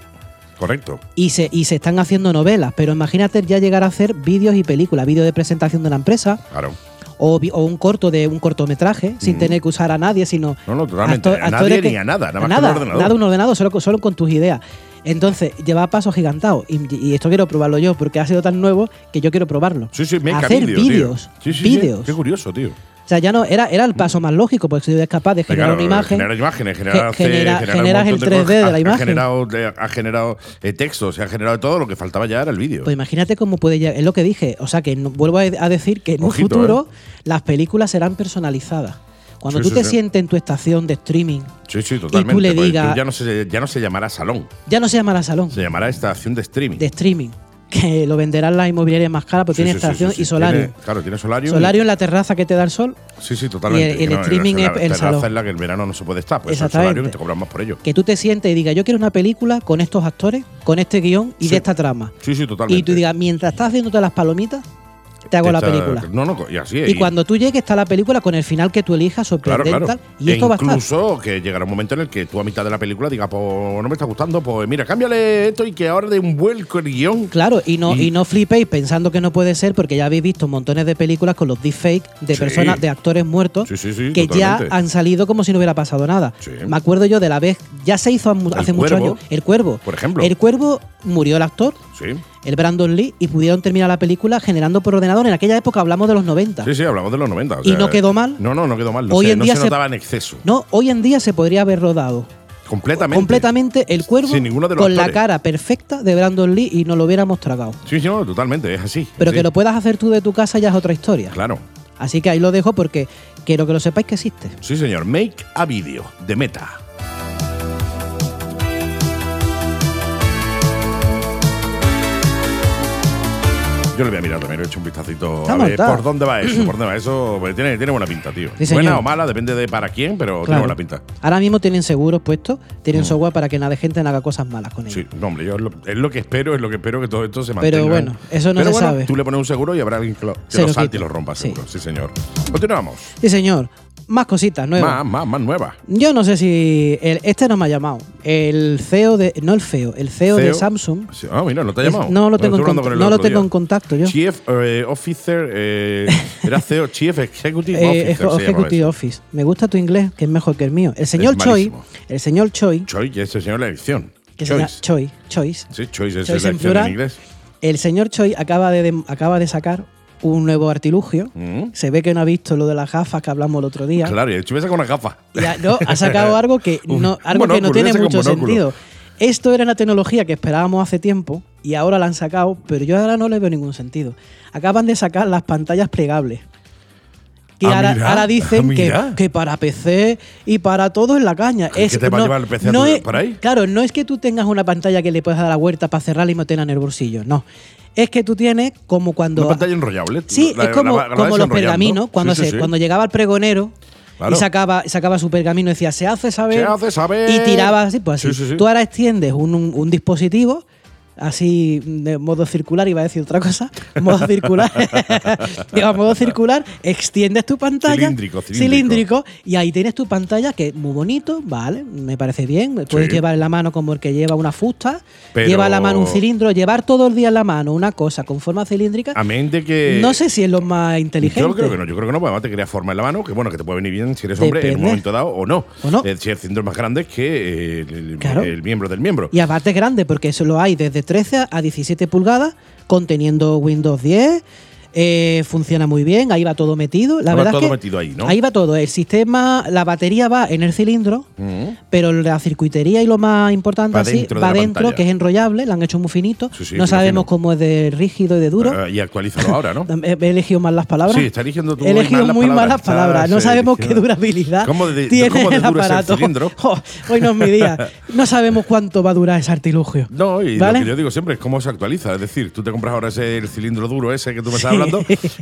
correcto. y se, y se están haciendo novelas, pero imagínate ya llegar a hacer vídeos y películas, vídeos de presentación de la empresa Claro. o, vi- o un corto de un cortometraje sin Mm. tener que usar a nadie, sino No, no, totalmente. acto- a actores nadie que- ni a nada, nada más nada, que un ordenador. nada un ordenador, solo, con- solo con tus ideas. Entonces, lleva a pasos gigantados. Y, y esto quiero probarlo yo, porque ha sido tan nuevo que yo quiero probarlo. Sí, sí, meca Hacer vídeo, tío. vídeos. Sí, sí, sí. vídeos. Qué Mm. curioso, tío. O sea, ya no, era, era el paso más lógico, porque si eres capaz de generar Claro, una imagen. Generar imágenes, generar, Ge- hacer- genera- generar un generas montón el 3D cosas. de Ha- la imagen. Ha generado, eh, ha generado eh, textos, se ha generado todo. Lo que faltaba ya era el vídeo. Pues imagínate cómo puede llegar. Es lo que dije. O sea, que no- vuelvo a, a decir que en Ojito, eh. un futuro las películas serán personalizadas. Cuando Sí, tú sí, te sí. sientes en tu estación de streaming, sí, sí, totalmente. le Pues digas- ya, no se, ya no se llamará salón, ya no se llamará salón, se llamará estación de streaming. de streaming, que lo venderán las inmobiliarias más Sí, caras, porque tiene sí, sí, estación sí, sí. y solario. Tiene- claro, tiene solario. y- Solario en la terraza que te da el sol, sí, sí, totalmente. y el- Que el no, en streaming la- es en la el terraza salón. en la que el verano no se puede estar. Pues el Exactamente. solario que te cobran más por ello. que tú te sientes y digas, yo quiero una película con estos actores, con este guión y Sí. de esta trama. Sí, sí, totalmente. Y tú digas, mientras estás haciéndote las palomitas, te hago la está- película. No, no, y así es. Y cuando tú llegues está la película con el final que tú elijas, Claro, sorprendente. claro. tal, Y esto e va a estar. incluso que llegará un momento en el que tú a mitad de la película digas, pues no me está gustando, pues mira, cámbiale esto y que ahora de un vuelco el guión. Claro, y no, Y- y, no flipéis pensando que no puede ser, porque ya habéis visto montones de películas con los deepfakes de Sí. personas, de actores muertos, Sí, sí, sí, que totalmente. ya han salido como si no hubiera pasado nada. Sí. Me acuerdo yo de la vez, ya se hizo mu- El hace muchos Cuervo, años, El Cuervo. por ejemplo. El Cuervo murió el actor, Sí. el Brandon Lee, y pudieron terminar la película generando por ordenador. En aquella época hablamos de los 90. Sí, sí, hablamos de los 90. o ¿Y no quedó mal? No, no, no quedó mal. No, Hoy se, en no día se se- notaba en exceso. No, hoy en día se podría haber rodado Completamente. completamente el cuervo Sin ninguno de los con la actores. cara perfecta de Brandon Lee y no lo hubiéramos tragado. Sí, sí, no, totalmente, es así. Pero sí. que lo puedas hacer tú de tu casa ya es otra historia. Claro. Así que ahí lo dejo porque quiero que lo sepáis que existe. Sí, señor. Make a video de Meta. Yo le voy a mirar también, le he hecho un vistacito a Está ver montado. por dónde va eso, por dónde va eso. Pues tiene, tiene buena pinta, tío. Sí, señor. buena o mala, depende de para quién, pero tiene Claro. buena pinta. Mm. Ahora mismo tienen seguros puestos, tienen software para que nada de gente no haga cosas malas con ellos. Sí, no, hombre, yo es lo, es lo que espero, es lo que espero que todo esto se mantenga. ¿eh? Pero bueno, eso no Pero se bueno, sabe. Tú le pones un seguro y habrá alguien que lo, que Se lo lo salte y quita. lo rompa, Sí. seguro. Sí, señor. Continuamos. Sí, señor. Más cositas nuevas. Más, más, más nuevas. Yo no sé si el- este no me ha llamado. El CEO de no el CEO, el CEO, de CEO. Samsung. Sí, Ah, mira, no te ha es- llamado. no lo Bueno, tengo, en, estuve hablando cont- con él no el lo otro tengo día. en contacto yo. Chief eh, Officer, eh, era CEO, Chief Executive Eh, Officer. se llamaba Executive eso. Office. Me gusta tu inglés, que es mejor que el mío. El señor Choi, malísimo. el señor Choi, Choi, que es el señor de la elección. que se llama Choice. Choi, Choice, Sí, Choice es Choice la elección en en, plural. inglés. El señor Choi acaba de, de- acaba de sacar un nuevo artilugio. Mm. Se ve que no ha visto lo de las gafas que hablamos el otro día. Claro, y el Choi esa con una gafa. Y ha- no, ha sacado algo que Un- no, un algo que no monóculo, tiene ese con mucho monóculo. sentido. Esto era una tecnología que esperábamos hace tiempo y ahora la han sacado, pero yo ahora no le veo ningún sentido. Acaban de sacar las pantallas plegables. Y Ah, ahora, mira, ahora dicen ah, que, mira. que para PC y para todo es la caña. ¿Qué es, te va a llevar el PC a tu- es- por ahí? Claro, no es que tú tengas una pantalla que le puedas dar la vuelta para cerrarla y meterla en el bolsillo, no. Es que tú tienes como cuando... Una pantalla enrollable. Sí, La- es como, la- la- la como los desenrollando. pergaminos, cuando, Sí, sí, se, sí. cuando llegaba el pregonero Claro. y sacaba, sacaba su pergamino y decía, se hace saber. Se hace saber. Y tiraba así, pues así. Sí, sí, sí. Tú ahora extiendes un, un- un dispositivo, así de modo circular, iba a decir otra cosa, modo circular. Digo, modo circular, extiendes tu pantalla. Cilíndrico, cilíndrico. cilíndrico, y ahí tienes tu pantalla, que es muy bonito, vale, me parece bien. Puedes Sí. llevar en la mano como el que lleva una fusta, Pero- lleva en la mano un cilindro, llevar todo el día en la mano una cosa con forma cilíndrica. Amén de que. No sé si es lo más inteligente. Eh, Yo creo que no, yo creo que no, porque además te quería formar en la mano, que bueno, que te puede venir bien si eres hombre en un Depende. momento dado o no. O no. Eh, si el cilindro es más grande que eh, el, el- Claro. el miembro del miembro. Y aparte es grande, porque eso lo hay desde 13 a 17 pulgadas, conteniendo Windows 10. eh, funciona muy bien, ahí va todo metido. La Va verdad es todo que metido ahí, ¿no? Ahí va todo. El sistema, la batería va en el cilindro, Mm. pero la circuitería y lo más importante Va así, dentro de va la dentro, pantalla. que es enrollable, la han hecho muy finito. Sí, sí, no me sabemos imagino. cómo es de rígido y de duro. Ah, y actualízalo ahora, ¿no? He he elegido mal las palabras. Sí, está eligiendo tú He elegido malas muy palabras. malas palabras. No Estás, eh, sabemos qué eligiendo- durabilidad ¿Cómo de- de- tiene cómo de el duro es el aparato. cilindro? Jo, hoy no es mi día. No sabemos cuánto va a durar ese artilugio. No, y ¿Vale? lo que yo digo siempre es cómo se actualiza. Es decir, tú te compras ahora ese el cilindro duro ese que tú me estás hablando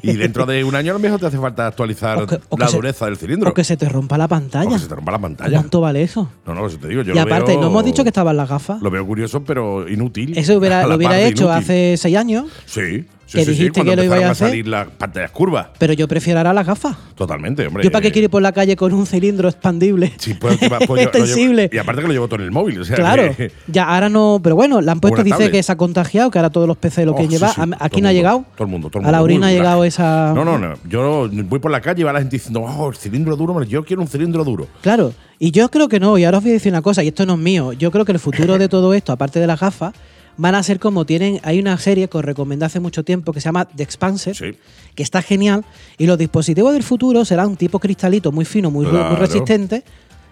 y dentro de un año a lo mejor te hace falta actualizar O que- o que la se- dureza del cilindro. O que se te rompa la O que pantalla. se te rompa la pantalla. ¿Cuánto vale eso? No, no, eso te digo. Yo y lo aparte, veo- no hemos dicho que estaban las gafas. Lo veo curioso, pero inútil. Eso A hubiera, la lo hubiera par de hecho inútil. hace seis años, Sí, sí, sí, que sí, dijiste cuando que lo iba a empezaron a, hacer. salir las pantallas curvas. pero yo prefiero ahora las gafas. Totalmente, hombre. ¿Yo para qué Eh, quiero ir por la calle con un cilindro expandible? Sí, pues, que va- pues yo- lo llevo- Extensible. y aparte que lo llevo todo en el móvil. o sea Claro, que- ya ahora no, pero bueno, la han puesto, Una dice tablet. que se ha contagiado, que ahora todos los PC lo Oh, quieren sí, llevar. sí, A- todo Aquí el no ha mundo, llegado. Todo el mundo, todo el A la mundo, orina ha muy relax. llegado esa. No, no, no. Yo voy por la calle y va la gente diciendo, oh, el cilindro duro, hombre, yo quiero un cilindro duro. Claro, y yo creo que no, y ahora os voy a decir una cosa, y esto no es mío, yo creo que el futuro de todo esto, aparte de las gafas, van a ser como tienen, hay una serie que os recomendé hace mucho tiempo que se llama The Expanse, Sí. que está genial, y los dispositivos del futuro serán tipo cristalito muy fino, muy, ru- muy Claro. resistente.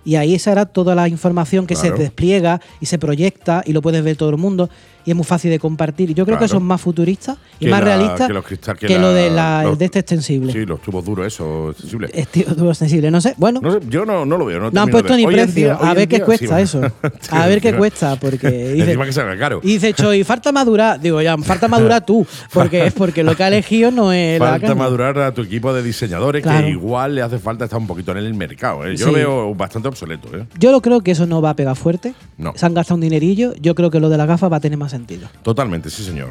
Y ahí será toda la información que Claro. se despliega y se proyecta y lo puedes ver todo el mundo y es muy fácil de compartir. Yo creo Claro. que eso es más futurista y Que más la- realista que los cristal- que que lo la- de, la, los- de este extensible. Sí, los tubos duros, eso, extensible. Es tío, duro sensible, no sé. Bueno, No sé, yo no, no lo veo. No, Eh, No han termino de puesto ver. ni Hoy en precio. día- hoy a en ver qué día- sí, cuesta va. eso. Sí, A ver qué encima- cuesta, porque dice, Encima que salga caro. y dice Choi, falta madurar. Digo, ya, falta madurar tú, porque es porque lo que ha elegido no es la Falta caña. madurar a tu equipo de diseñadores Claro. que igual le hace falta estar un poquito en el mercado. ¿eh? Yo lo Sí. veo bastante obsoleto. ¿eh? Yo lo creo que eso no va a pegar fuerte. No. Se han gastado un dinerillo. Yo creo que lo de la gafa va a tener más sentido. Totalmente, sí, señor.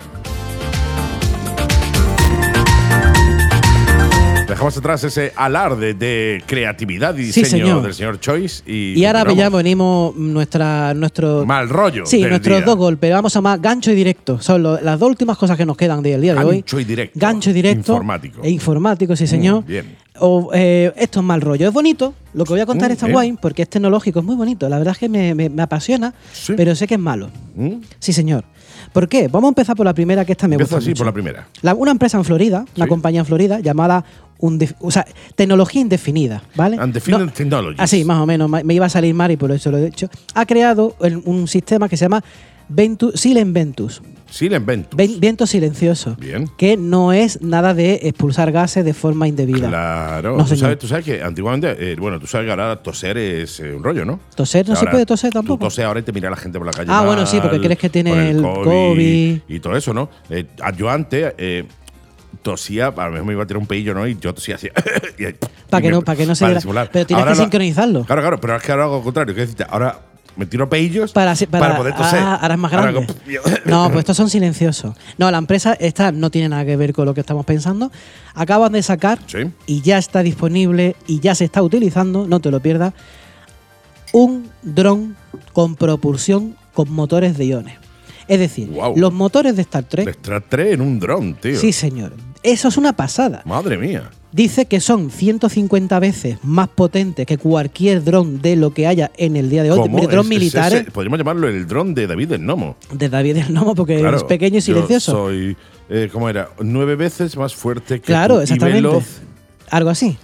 dejamos atrás ese alarde de creatividad y Sí, diseño señor. del señor Choice. Y, Y ahora ya continuamos. venimos nuestra, nuestro. Mal rollo. Sí, del nuestros día. dos golpes. Vamos a más gancho y directo. Son lo- las dos últimas cosas que nos quedan del día de hoy. Gancho y directo. Gancho y directo. Informático. E informático, sí, señor. Mm, bien. O, eh, esto es mal rollo. Es bonito. Lo que voy a contar Mm, está bien. guay porque es tecnológico, es muy bonito. La verdad es que me, me- me apasiona, Sí. pero sé que es malo. ¿Mm? Sí, señor. ¿Por qué? Vamos a empezar por la primera, que esta me Empiezo gusta. así mucho. por la primera. La- una empresa en Florida, una Sí. compañía en Florida llamada Undef- o sea, tecnología indefinida, ¿vale? Undefined No- Technologies. Así, más o menos. ma- Me iba a salir mal y por eso lo he hecho. Ha creado el- un sistema que se llama Ventus, Silent Ventus, Silent Ventus. ven- viento silencioso, Bien. que no es nada de expulsar gases de forma indebida. Claro, No, tú, señor. sabes, tú sabes que antiguamente, eh, bueno, tú sabes que ahora toser es eh, un rollo, ¿no? Toser no Ahora, se puede toser Tú tampoco. toses ahora y te mira la gente por la calle. Ah, mal, bueno, sí, porque crees que tiene con el COVID. Y todo eso, ¿no? Eh, yo antes eh, tosía, a lo mejor me iba a tirar un pelillo, ¿no? Y yo tosía así. y ahí, Para y que me- no- para que no se para diera- disimular. pero tienes que lo- sincronizarlo. Claro, claro, pero es que ahora hago lo contrario. ¿Qué decirte? Ahora me tiro pelillos Para, si- para- poder toser. Ah, ahora es más Ahora grande. hago- No, pues estos son silenciosos. No, la empresa esta no tiene nada que ver con lo que estamos pensando. Acaban de sacar Sí. y ya está disponible y ya se está utilizando, no te lo pierdas, un dron con propulsión con motores de iones. Es decir, Guau. los motores de Star Trek. Le extratré en un dron, tío. Sí, señor. Eso es una pasada. Madre mía. Dice que son 150 veces más potentes que cualquier dron de lo que haya en el día de hoy. ¿Cómo? De Es- dron es militar ese- podríamos llamarlo el dron de David el Nomo. de David el Nomo, porque Claro, es pequeño y yo silencioso. soy, eh, ¿cómo era? Nueve veces más fuerte que Claro, tú exactamente. Y veloz. Algo así.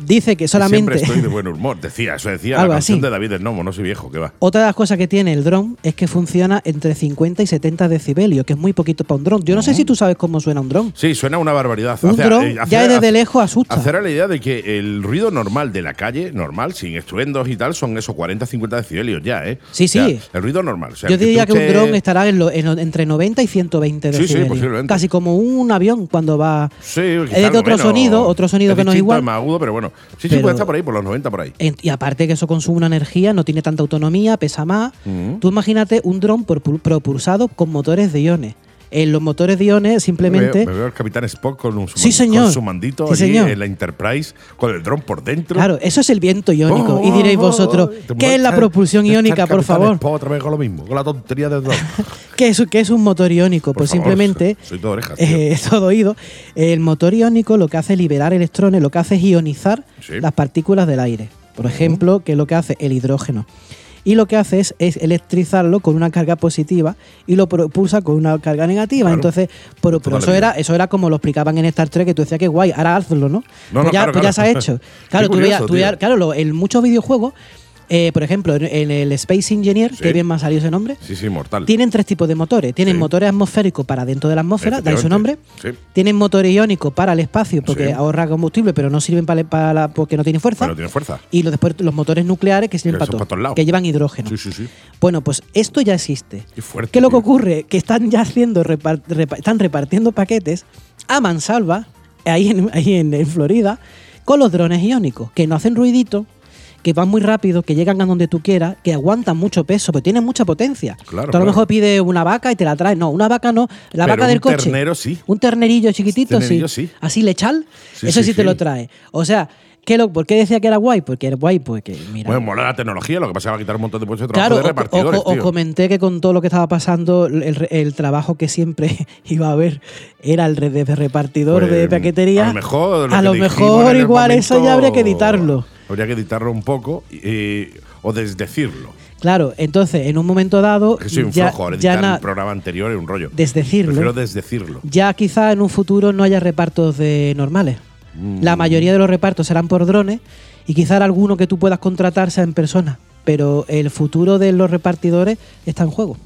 Dice que solamente. Solamente. Siempre estoy de buen humor. Decía, eso decía Algo la canción así. de David el Nomo, no soy viejo, que va. Otra de las cosas que tiene el dron es que funciona entre 50 y 70 decibelios, que es muy poquito para un dron. Yo no sé si tú sabes cómo suena un dron. Sí, suena una barbaridad. Un O sea, dron eh, hacer- ya desde hacer- lejos asusta. Hacer a la idea de que el ruido normal de la calle, normal, sin estruendos y tal, son esos 40, 50 decibelios ya, ¿eh? Sí, O sea, sí. el ruido normal. O sea, Yo que diría que tú un estés- dron estará en lo- en lo- entre 90 y 120 Sí, sí, decibelios. posiblemente. Casi como un avión cuando va. Sí, es quizá de algo otro menos. sonido, otro sonido Es que no es distinto, igual. más agudo, pero bueno. Sí, sí, Pero- puede estar por ahí, por los 90, por ahí. En- Y aparte que eso consume una energía, no tiene tanta autonomía, pesa más. Tú imagínate un dron propul- propulsado con motores de iones. En los motores de iones simplemente Me veo, me veo al capitán Spock con, un su, Sí, señor. con su mandito Sí, allí señor. en la Enterprise con el dron por dentro. Claro, eso es el viento iónico. Oh, y diréis oh, vosotros, oh, oh. Te ¿qué es la molesta propulsión estar iónica, el por Capitán favor? Spock otra vez con lo mismo, con la tontería del dron. ¿Qué es, qué es un motor iónico? Por pues favor, simplemente, soy- soy todo orejas, tío. eh, todo oído, el motor iónico lo que hace es liberar electrones, lo que hace es ionizar Sí. las partículas del aire. Por ejemplo, que es lo que hace el hidrógeno. Y lo que hace es, es electrizarlo con una carga positiva y lo propulsa con una carga negativa. Claro. Entonces, por- pero toda la eso vida. era, eso era como lo explicaban en Star Trek, que tú decías que guay, ahora hazlo, ¿no? No, pues no, ya, claro, pues ya se ha claro. hecho. Qué Claro, tú veías- curioso, tú veías- tío. claro lo- en muchos videojuegos, eh, por ejemplo, en, en el Space Engineer, Sí. que bien me ha salido ese nombre, Sí, sí, mortal. tienen tres tipos de motores. Tienen Sí. motores atmosféricos para dentro de la atmósfera, de ahí su nombre. Efectivamente. Sí. Tienen motores iónicos para el espacio porque Sí. ahorra combustible, pero no sirven para, para la- porque no tienen fuerza. Pero tiene fuerza. y los, después los motores nucleares que sirven Que para eso todo, pa' todos lados. que llevan hidrógeno. Sí, sí, sí. Bueno, pues esto ya existe. Qué fuerte. ¿Qué es lo que tío. ocurre? Que están ya haciendo, repar- repa- están repartiendo paquetes a mansalva, ahí, en, ahí en, en Florida, con los drones iónicos, que no hacen ruidito, que van muy rápido, que llegan a donde tú quieras, que aguantan mucho peso, pero tienen mucha potencia. Claro, tú a lo claro. mejor pides una vaca y te la traes. No, una vaca no, la Pero vaca del un coche. ternero sí. Un ternerillo chiquitito, Ternerillo sí. sí. Así lechal, Sí, eso sí, sí, te sí. lo trae. O sea, ¿qué lo, ¿por qué decía que era guay? Porque era guay, porque mira. Bueno, mola la tecnología, lo que pasa es que va a quitar un montón de puestos de trabajo de Claro, o- repartidores, o- o tío. comenté que con todo lo que estaba pasando, el, re- el trabajo que siempre iba a haber era el re- de repartidor Pues, de paquetería. A lo mejor, lo A que lo dijimos mejor en el igual eso ya momento, habría que editarlo. Habría que editarlo un poco eh, o desdecirlo. Claro, entonces, en un momento dado, Que soy un ya, flojo, ahora ya editar na- el programa anterior es un rollo. desdecirlo. Prefiero desdecirlo. ya quizá en un futuro no haya repartos de normales. La Mm. mayoría de los repartos serán por drones y quizá alguno que tú puedas contratar sea en persona. Pero el futuro de los repartidores está en juego.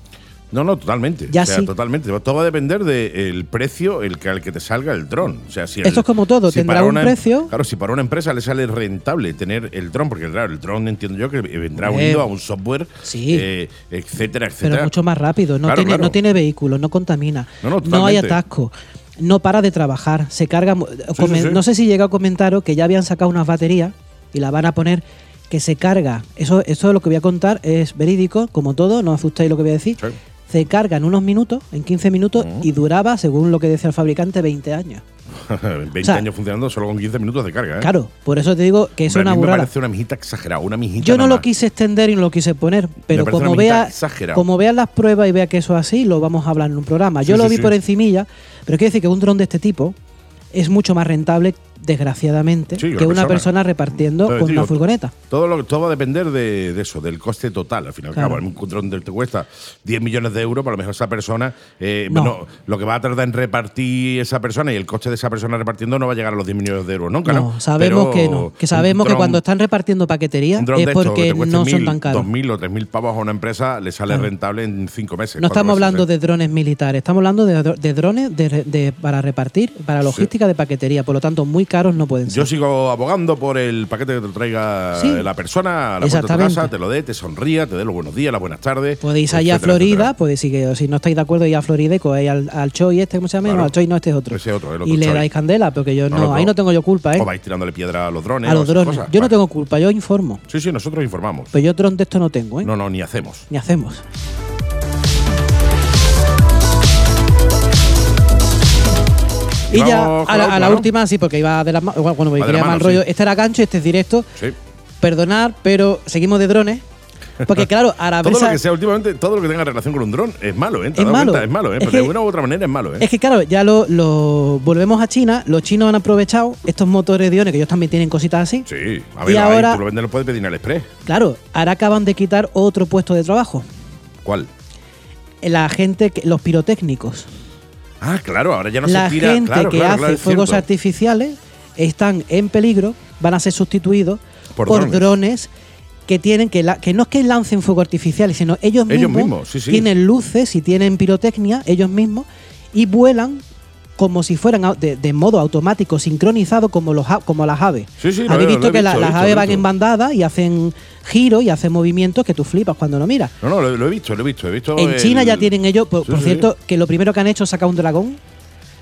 No, no, totalmente. Ya o sea, sí. totalmente. Todo va a depender del precio el que, al que te salga el dron. O sea, si el- Esto es como todo, tendrá para un una- em- precio. Claro, si para una empresa le sale rentable tener el dron, porque claro, el dron entiendo yo que vendrá Hombre. unido a un software, Sí. eh, etcétera, etcétera. Pero mucho más rápido, no, Claro, tiene, claro. no tiene vehículos, no contamina, No, no, no, hay totalmente. atasco, no para de trabajar, se carga. mu- eh, comen- sí, sí. No sé si llega a comentaros que ya habían sacado unas baterías y la van a poner que se carga. Eso, eso es lo que voy a contar, es verídico, como todo, no os asustéis lo que voy a decir. Sí. Mm. Eh. Se carga en unos minutos, en 15 minutos, y duraba, según lo que decía el fabricante, 20 años. 20 O sea, años funcionando solo con 15 minutos de carga. ¿eh? Claro, por eso te digo que es Hombre, una a mí me burrada. parece una mijita exagerada, una mijita. Yo no nada lo más. quise extender y no lo quise poner, pero parece como una mitad vea, exagerado. como vea las pruebas y vea que eso es así, lo vamos a hablar en un programa. Yo Sí, lo sí, vi sí. por encimilla, pero quiero decir que un dron de este tipo es mucho más rentable, desgraciadamente, Sí, una que una persona. persona repartiendo Pero con digo, una furgoneta. Todo, lo, todo va a depender de, de eso, del coste total. Al final, Claro. claro, un control te cuesta 10 millones de euros, para lo mejor esa persona, eh, No. no, lo que va a tardar en repartir esa persona y el coste de esa persona repartiendo no va a llegar a los 10 millones de euros nunca. No, no, sabemos Pero que no. Que un sabemos que dron- cuando están repartiendo paquetería un dron es de estos que porque te cueste no son mil, tan caros. Dos mil o tres mil pavos a una empresa le sale Claro. rentable en cinco meses. No cuatro estamos meses, hablando ¿eh? de drones militares, estamos hablando de, dro- de drones de re- de- para repartir, para logística de paquetería, por lo tanto muy caros no pueden ser. Yo sigo abogando por el paquete que te traiga Sí. la persona a la puerta de tu Exactamente. casa, te lo dé, te sonría, te dé los buenos días, las buenas tardes. Podéis allá a etcétera, Florida, etcétera. podéis ir, o si no estáis de acuerdo, ir a Florida y cogéis al, al Choi este, ¿cómo se llama? Claro. No, al Choi no, este es otro. Ese es otro, el otro y le Choi. dais candela, porque yo No, no, loco. ahí no tengo yo culpa, ¿eh? O vais tirándole piedra a los drones. a o los esas drones. cosas. Yo no Vale. tengo culpa, yo informo. Sí, sí, nosotros informamos. Pero yo dron de esto no tengo, ¿eh? No, no, ni hacemos. Ni hacemos. Y Vamos, ya a Clau, la, a la claro. última, sí, porque iba de la ma- bueno, de la quería mano, mal rollo. sí. Este era gancho, este es directo. Sí. Perdonad, pero seguimos de drones. Porque claro, a la Todo lo brisa- que sea últimamente, todo lo que tenga relación con un dron es malo, ¿eh? ¿Te has Es dado malo. cuenta? Es malo, ¿eh? Es Pero de que- una u otra manera es malo, ¿eh? Es que claro, ya lo, lo- volvemos a China, los chinos han aprovechado estos motores de iones, que ellos también tienen cositas así. Sí, a Y ver, ahí ahora- tú lo vendes, lo puedes pedir en el express. Claro, ahora acaban de quitar otro puesto de trabajo, ¿Cuál? la gente, que- los pirotécnicos. Ah, claro, ahora ya no la se tira. gente claro, que claro, hace claro, es fuegos cierto. artificiales están en peligro, van a ser sustituidos Por por, drones. drones. que tienen que, la- que no es que lancen fuegos artificiales, sino ellos mismos, Ellos mismos, sí, sí. tienen luces y tienen pirotecnia ellos mismos y vuelan como si fueran au- de, de modo automático, sincronizado como los a- como las aves. Sí, sí, lo he- Habéis lo visto he que la- visto, lo he las visto, aves lo he van en visto. bandada y hacen giros y hacen movimientos que tú flipas cuando no miras. No, no, lo, lo he visto, lo he visto. He visto En el- China ya tienen ellos, por, Sí, por sí. cierto, que lo primero que han hecho es sacar un dragón,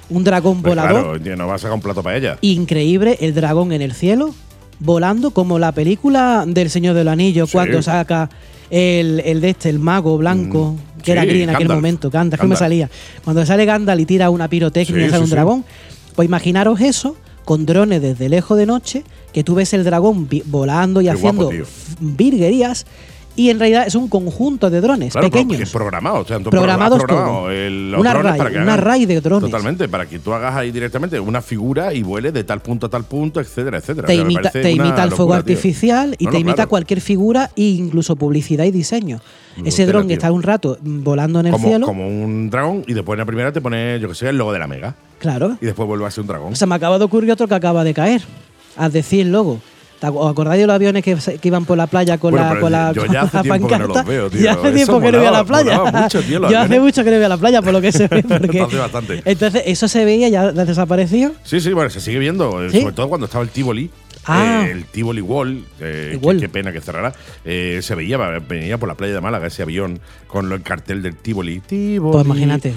un dragón Pues volador Claro, tío, no va a sacar un plato para ella. increíble el dragón en el cielo, volando como la película del Señor del Anillo, Sí. cuando saca el, el de este, el mago blanco, Mm, que era sí, gris en aquel Gandalf. momento, Gandalf, que me Gandalf. salía. Cuando sale Gandalf y tira una pirotecnia Sí, y sale sí, un sí. dragón, pues imaginaros eso con drones desde lejos de noche, que tú ves el dragón vi- volando y Qué guapo, haciendo tío. f- virguerías, y en realidad es un conjunto de drones Claro, pero pequeños. que programados. o sea, tú has Programados programado todo. el- los Una drones array, para que un hagan- array de drones. Totalmente, para que tú hagas ahí directamente una figura y vueles de tal punto a tal punto, etcétera, etcétera. te O sea, me imita, parece te una imita el fuego locura, tío. artificial y No, te no, imita claro. cualquier figura e incluso publicidad y diseño. Lo Ese tela, dron que tío. está un rato mm, volando en el Como, cielo, como un dragón y después en la primera te pone, yo que sé, el logo de la mega. claro. Y después vuelve a ser un dragón. O sea, me acaba de ocurrir otro que acaba de caer. A decir luego. ¿Te ac- ¿Os acordáis de los aviones que, se- que iban por la playa con Bueno, la, pero con la, yo con ya hace la tiempo que no los pancarta? veo, tío. Ya hace Eso tiempo que no voy a la molaba, playa. molaba mucho, tío, los yo hace aviones. mucho que no voy a la playa, por lo que se ve. Porque Hace bastante. Entonces, eso se veía, ya desaparecido. Sí, sí, bueno, se sigue viendo, eh, ¿Sí? sobre todo cuando estaba el Tivoli. Ah. eh, el Tivoli Wall, eh, El que- Wall. Qué, pena que cerrara. eh, se veía, va- venía por la playa de Málaga ese avión con lo- el cartel del Tivoli. Tivoli. Pues imagínate.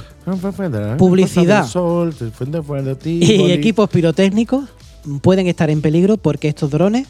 Publicidad. Del sol, te fue de fuera, Tivoli. Y equipos pirotécnicos pueden estar en peligro porque estos drones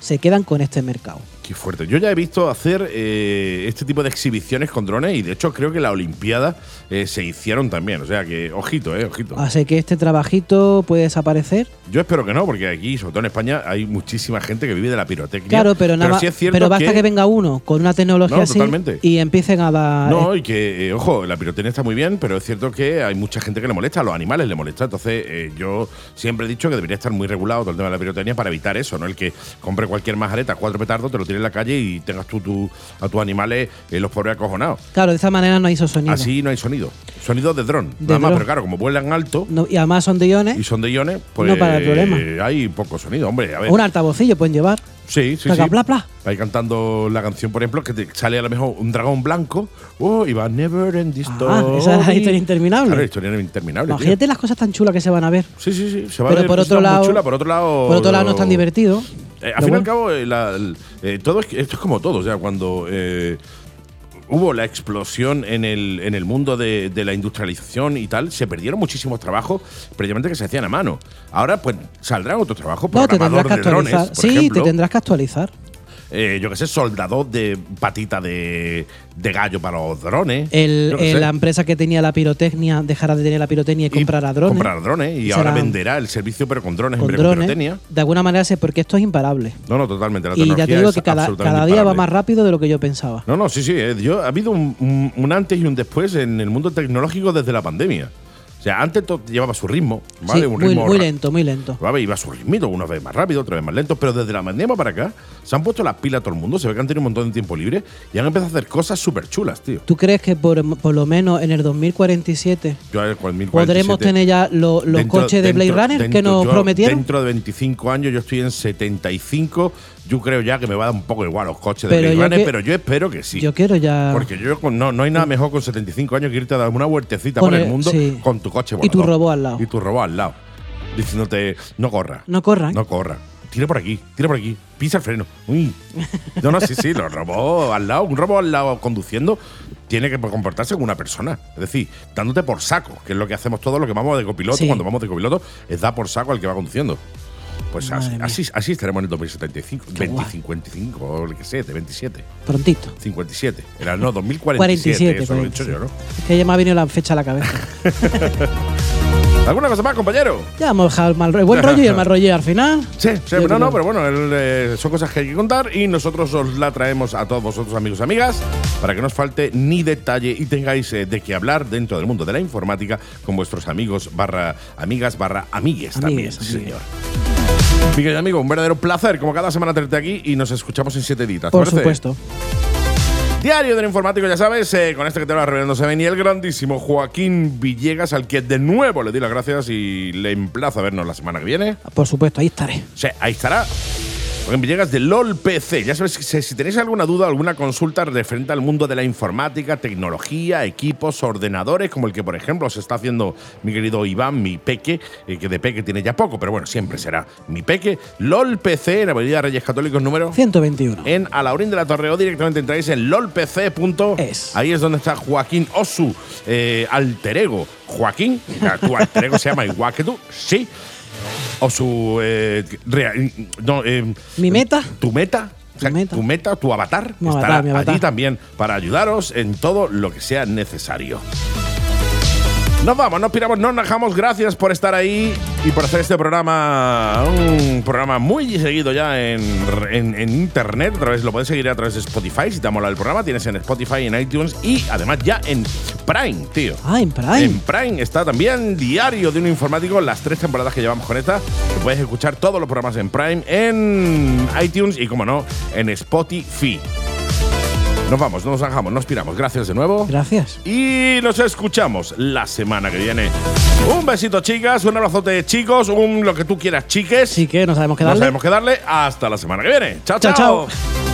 se quedan con este mercado. Qué fuerte. Yo ya he visto hacer eh, este tipo de exhibiciones con drones y de hecho creo que la Olimpiada eh, se hicieron también. O sea que, ojito, eh, ojito. Así que este trabajito puede desaparecer. Yo espero que no, porque aquí, sobre todo en España, hay muchísima gente que vive de la pirotecnia. Claro, pero nada más- sí es cierto pero basta que... venga uno con una tecnología No, así totalmente. y empiecen a dar. No, y que, eh, ojo, la pirotecnia está muy bien, pero es cierto que hay mucha gente que le molesta, a los animales le molesta. Entonces, eh, yo siempre he dicho que debería estar muy regulado todo el tema de la pirotecnia para evitar eso, ¿no? El que compre cualquier majareta, cuatro petardos, te lo tire en la calle y tengas tú tu- a tus animales eh, los pobres acojonados. Claro, de esta manera no hizo sonido. Así no hay sonido. Sonido de dron, De nada más, dron. pero claro, como vuelan alto No, y además son de iones. y son de iones, pues No para el problema. hay poco sonido, hombre. A ver, Un altavocillo pueden llevar. Sí, sí, Placa, sí. pla, pla. Ahí cantando la canción, por ejemplo, que te sale a lo mejor un dragón blanco. Oh, y va Never End This Ah, esa es la historia interminable. Claro, la historia interminable. tío. Imagínate las cosas tan chulas que se van a ver. Sí, sí, sí. Se va a Pero ver por cosas otro muy lado. chulas, por otro lado. por otro lado, no es tan divertido. Eh, al fin Pero y al bueno. cabo, eh, la- el- eh, todo es, que- esto es como todo. O sea, cuando eh, hubo la explosión en el, en el mundo de, de la industrialización y tal, se perdieron muchísimos trabajos, previamente que se hacían a mano. Ahora, pues, saldrán otros trabajos. No, te programador tendrás que de drones, actualizar. por Sí, ejemplo. te tendrás que actualizar. eh, yo qué sé, soldados de patita de, de gallo para los drones. El- yo qué eh, sé. la empresa que tenía la pirotecnia dejará de tener la pirotecnia y, comprará drones. Comprar drones y Será ahora venderá el servicio, pero con drones con en vez de con drones. pirotecnia. De alguna manera sé, porque esto es imparable. No, no, totalmente. La Y ya te tecnología digo es que cada, absolutamente cada día va imparable. más rápido de lo que yo pensaba. No, no, sí, sí. eh, Yo, ha habido un, un- un antes y un después en el mundo tecnológico desde la pandemia. O sea, antes todo llevaba su ritmo, ¿vale? Sí, un muy- ritmo muy ra- lento, muy lento. ¿vale? Iba a su ritmito, una vez más rápido, otra vez más lento, pero desde la pandemia para acá se han puesto las pilas todo el mundo, se ve que han tenido un montón de tiempo libre y han empezado a hacer cosas súper chulas, tío. ¿Tú crees que por, por lo menos en el 2047 Yo ahora con el 1047, podremos tener ya lo- los dentro- coches de Blade dentro- Runner que dentro- nos yo prometieron? Dentro de 25 años, yo estoy en 75, yo creo ya que me va a dar un poco igual los coches Pero de yo Blade Runner, que- pero yo espero que sí. Yo quiero ya. Porque yo con- no, no hay nada mejor con 75 años que irte a dar una vueltecita por Poner- el mundo sí. con tu coche Y tu volador. robot al lado. Y tu robot al lado. Diciéndote, no corra. No corra, ¿eh? No corra. Tira por aquí, tira por aquí. Pisa el freno. Uy. No, no, sí, sí, los robots al lado, un robot al lado conduciendo tiene que comportarse como una persona. Es decir, dándote por saco, que es lo que hacemos todos los que vamos de copiloto. Sí. Cuando vamos de copiloto, es dar por saco al que va conduciendo. Pues Madre así, mía. así, así estaremos en el 2075, Qué guay. 2055, o lo que sea, de 27. Prontito. 57. Era no, 2047. 47. eso lo he dicho yo, 47. Es que ya me ha venido la fecha a la cabeza. ¿no? ¿Alguna cosa más, compañero? ya hemos dejado el, mal, rollo- el buen rollo y el mal rollo al final. Sí, sí, Yo no, no, creo- pero bueno, el, eh, son cosas que hay que contar y nosotros os la traemos a todos vosotros, amigos y amigas, para que no os falte ni detalle y tengáis eh, de qué hablar dentro del mundo de la informática con vuestros amigos barra amigas barra amigues también. Amigues, sí, amigues. señor. Mi querido amigo, un verdadero placer como cada semana tenerte aquí y nos escuchamos en siete días. ¿te Por parece? supuesto. Diario del Informático, ya sabes, eh, con este que te lo va revelando Seven y el grandísimo Joaquín Villegas, al que de nuevo le di las gracias y le emplazo a vernos la semana que viene. Por supuesto, ahí estaré. O sea, ahí estará. Joaquín Villegas de LOL PC. Ya sabes, si, si tenéis alguna duda, alguna consulta referente al mundo de la informática, tecnología, equipos, ordenadores, como el que, por ejemplo, se está haciendo mi querido Iván, mi peque, eh, que de peque tiene ya poco, pero bueno, siempre será mi peque. LOL PC, en Avenida Reyes Católicos número 121. en Alaurín de la Torre o directamente entráis en lolpc.es. Es. Ahí es donde está Joaquín Osu, eh, alter ego. Joaquín, ah, tu alter ego se llama igual que tú, sí. Osu, eh, rea- no, eh, Mi meta. Tu meta. o sea, Tu meta. tu meta, tu avatar, Mi avatar, estará mi avatar. allí también para ayudaros en todo lo que sea necesario. Nos vamos, nos piramos, nos najamos. Gracias por estar ahí y por hacer este programa, un programa muy seguido ya en, en- en internet. A través, lo podéis seguir a través de Spotify. Si te ha molado el programa, tienes en Spotify, en iTunes y además ya en Prime, tío. Ah, en Prime. En Prime está también Diario de un Informático, las tres temporadas que llevamos con esta. Lo Puedes escuchar todos los programas en Prime, en iTunes y, como no, en Spotify. Nos vamos, nos dejamos, nos piramos. Gracias de nuevo. Gracias. Y nos escuchamos la semana que viene. Un besito, chicas, un abrazote, chicos, un lo que tú quieras, chiques. Así que no sabemos qué no darle. sabemos qué darle. Hasta la semana que viene. Chao, Chao, chao. chao.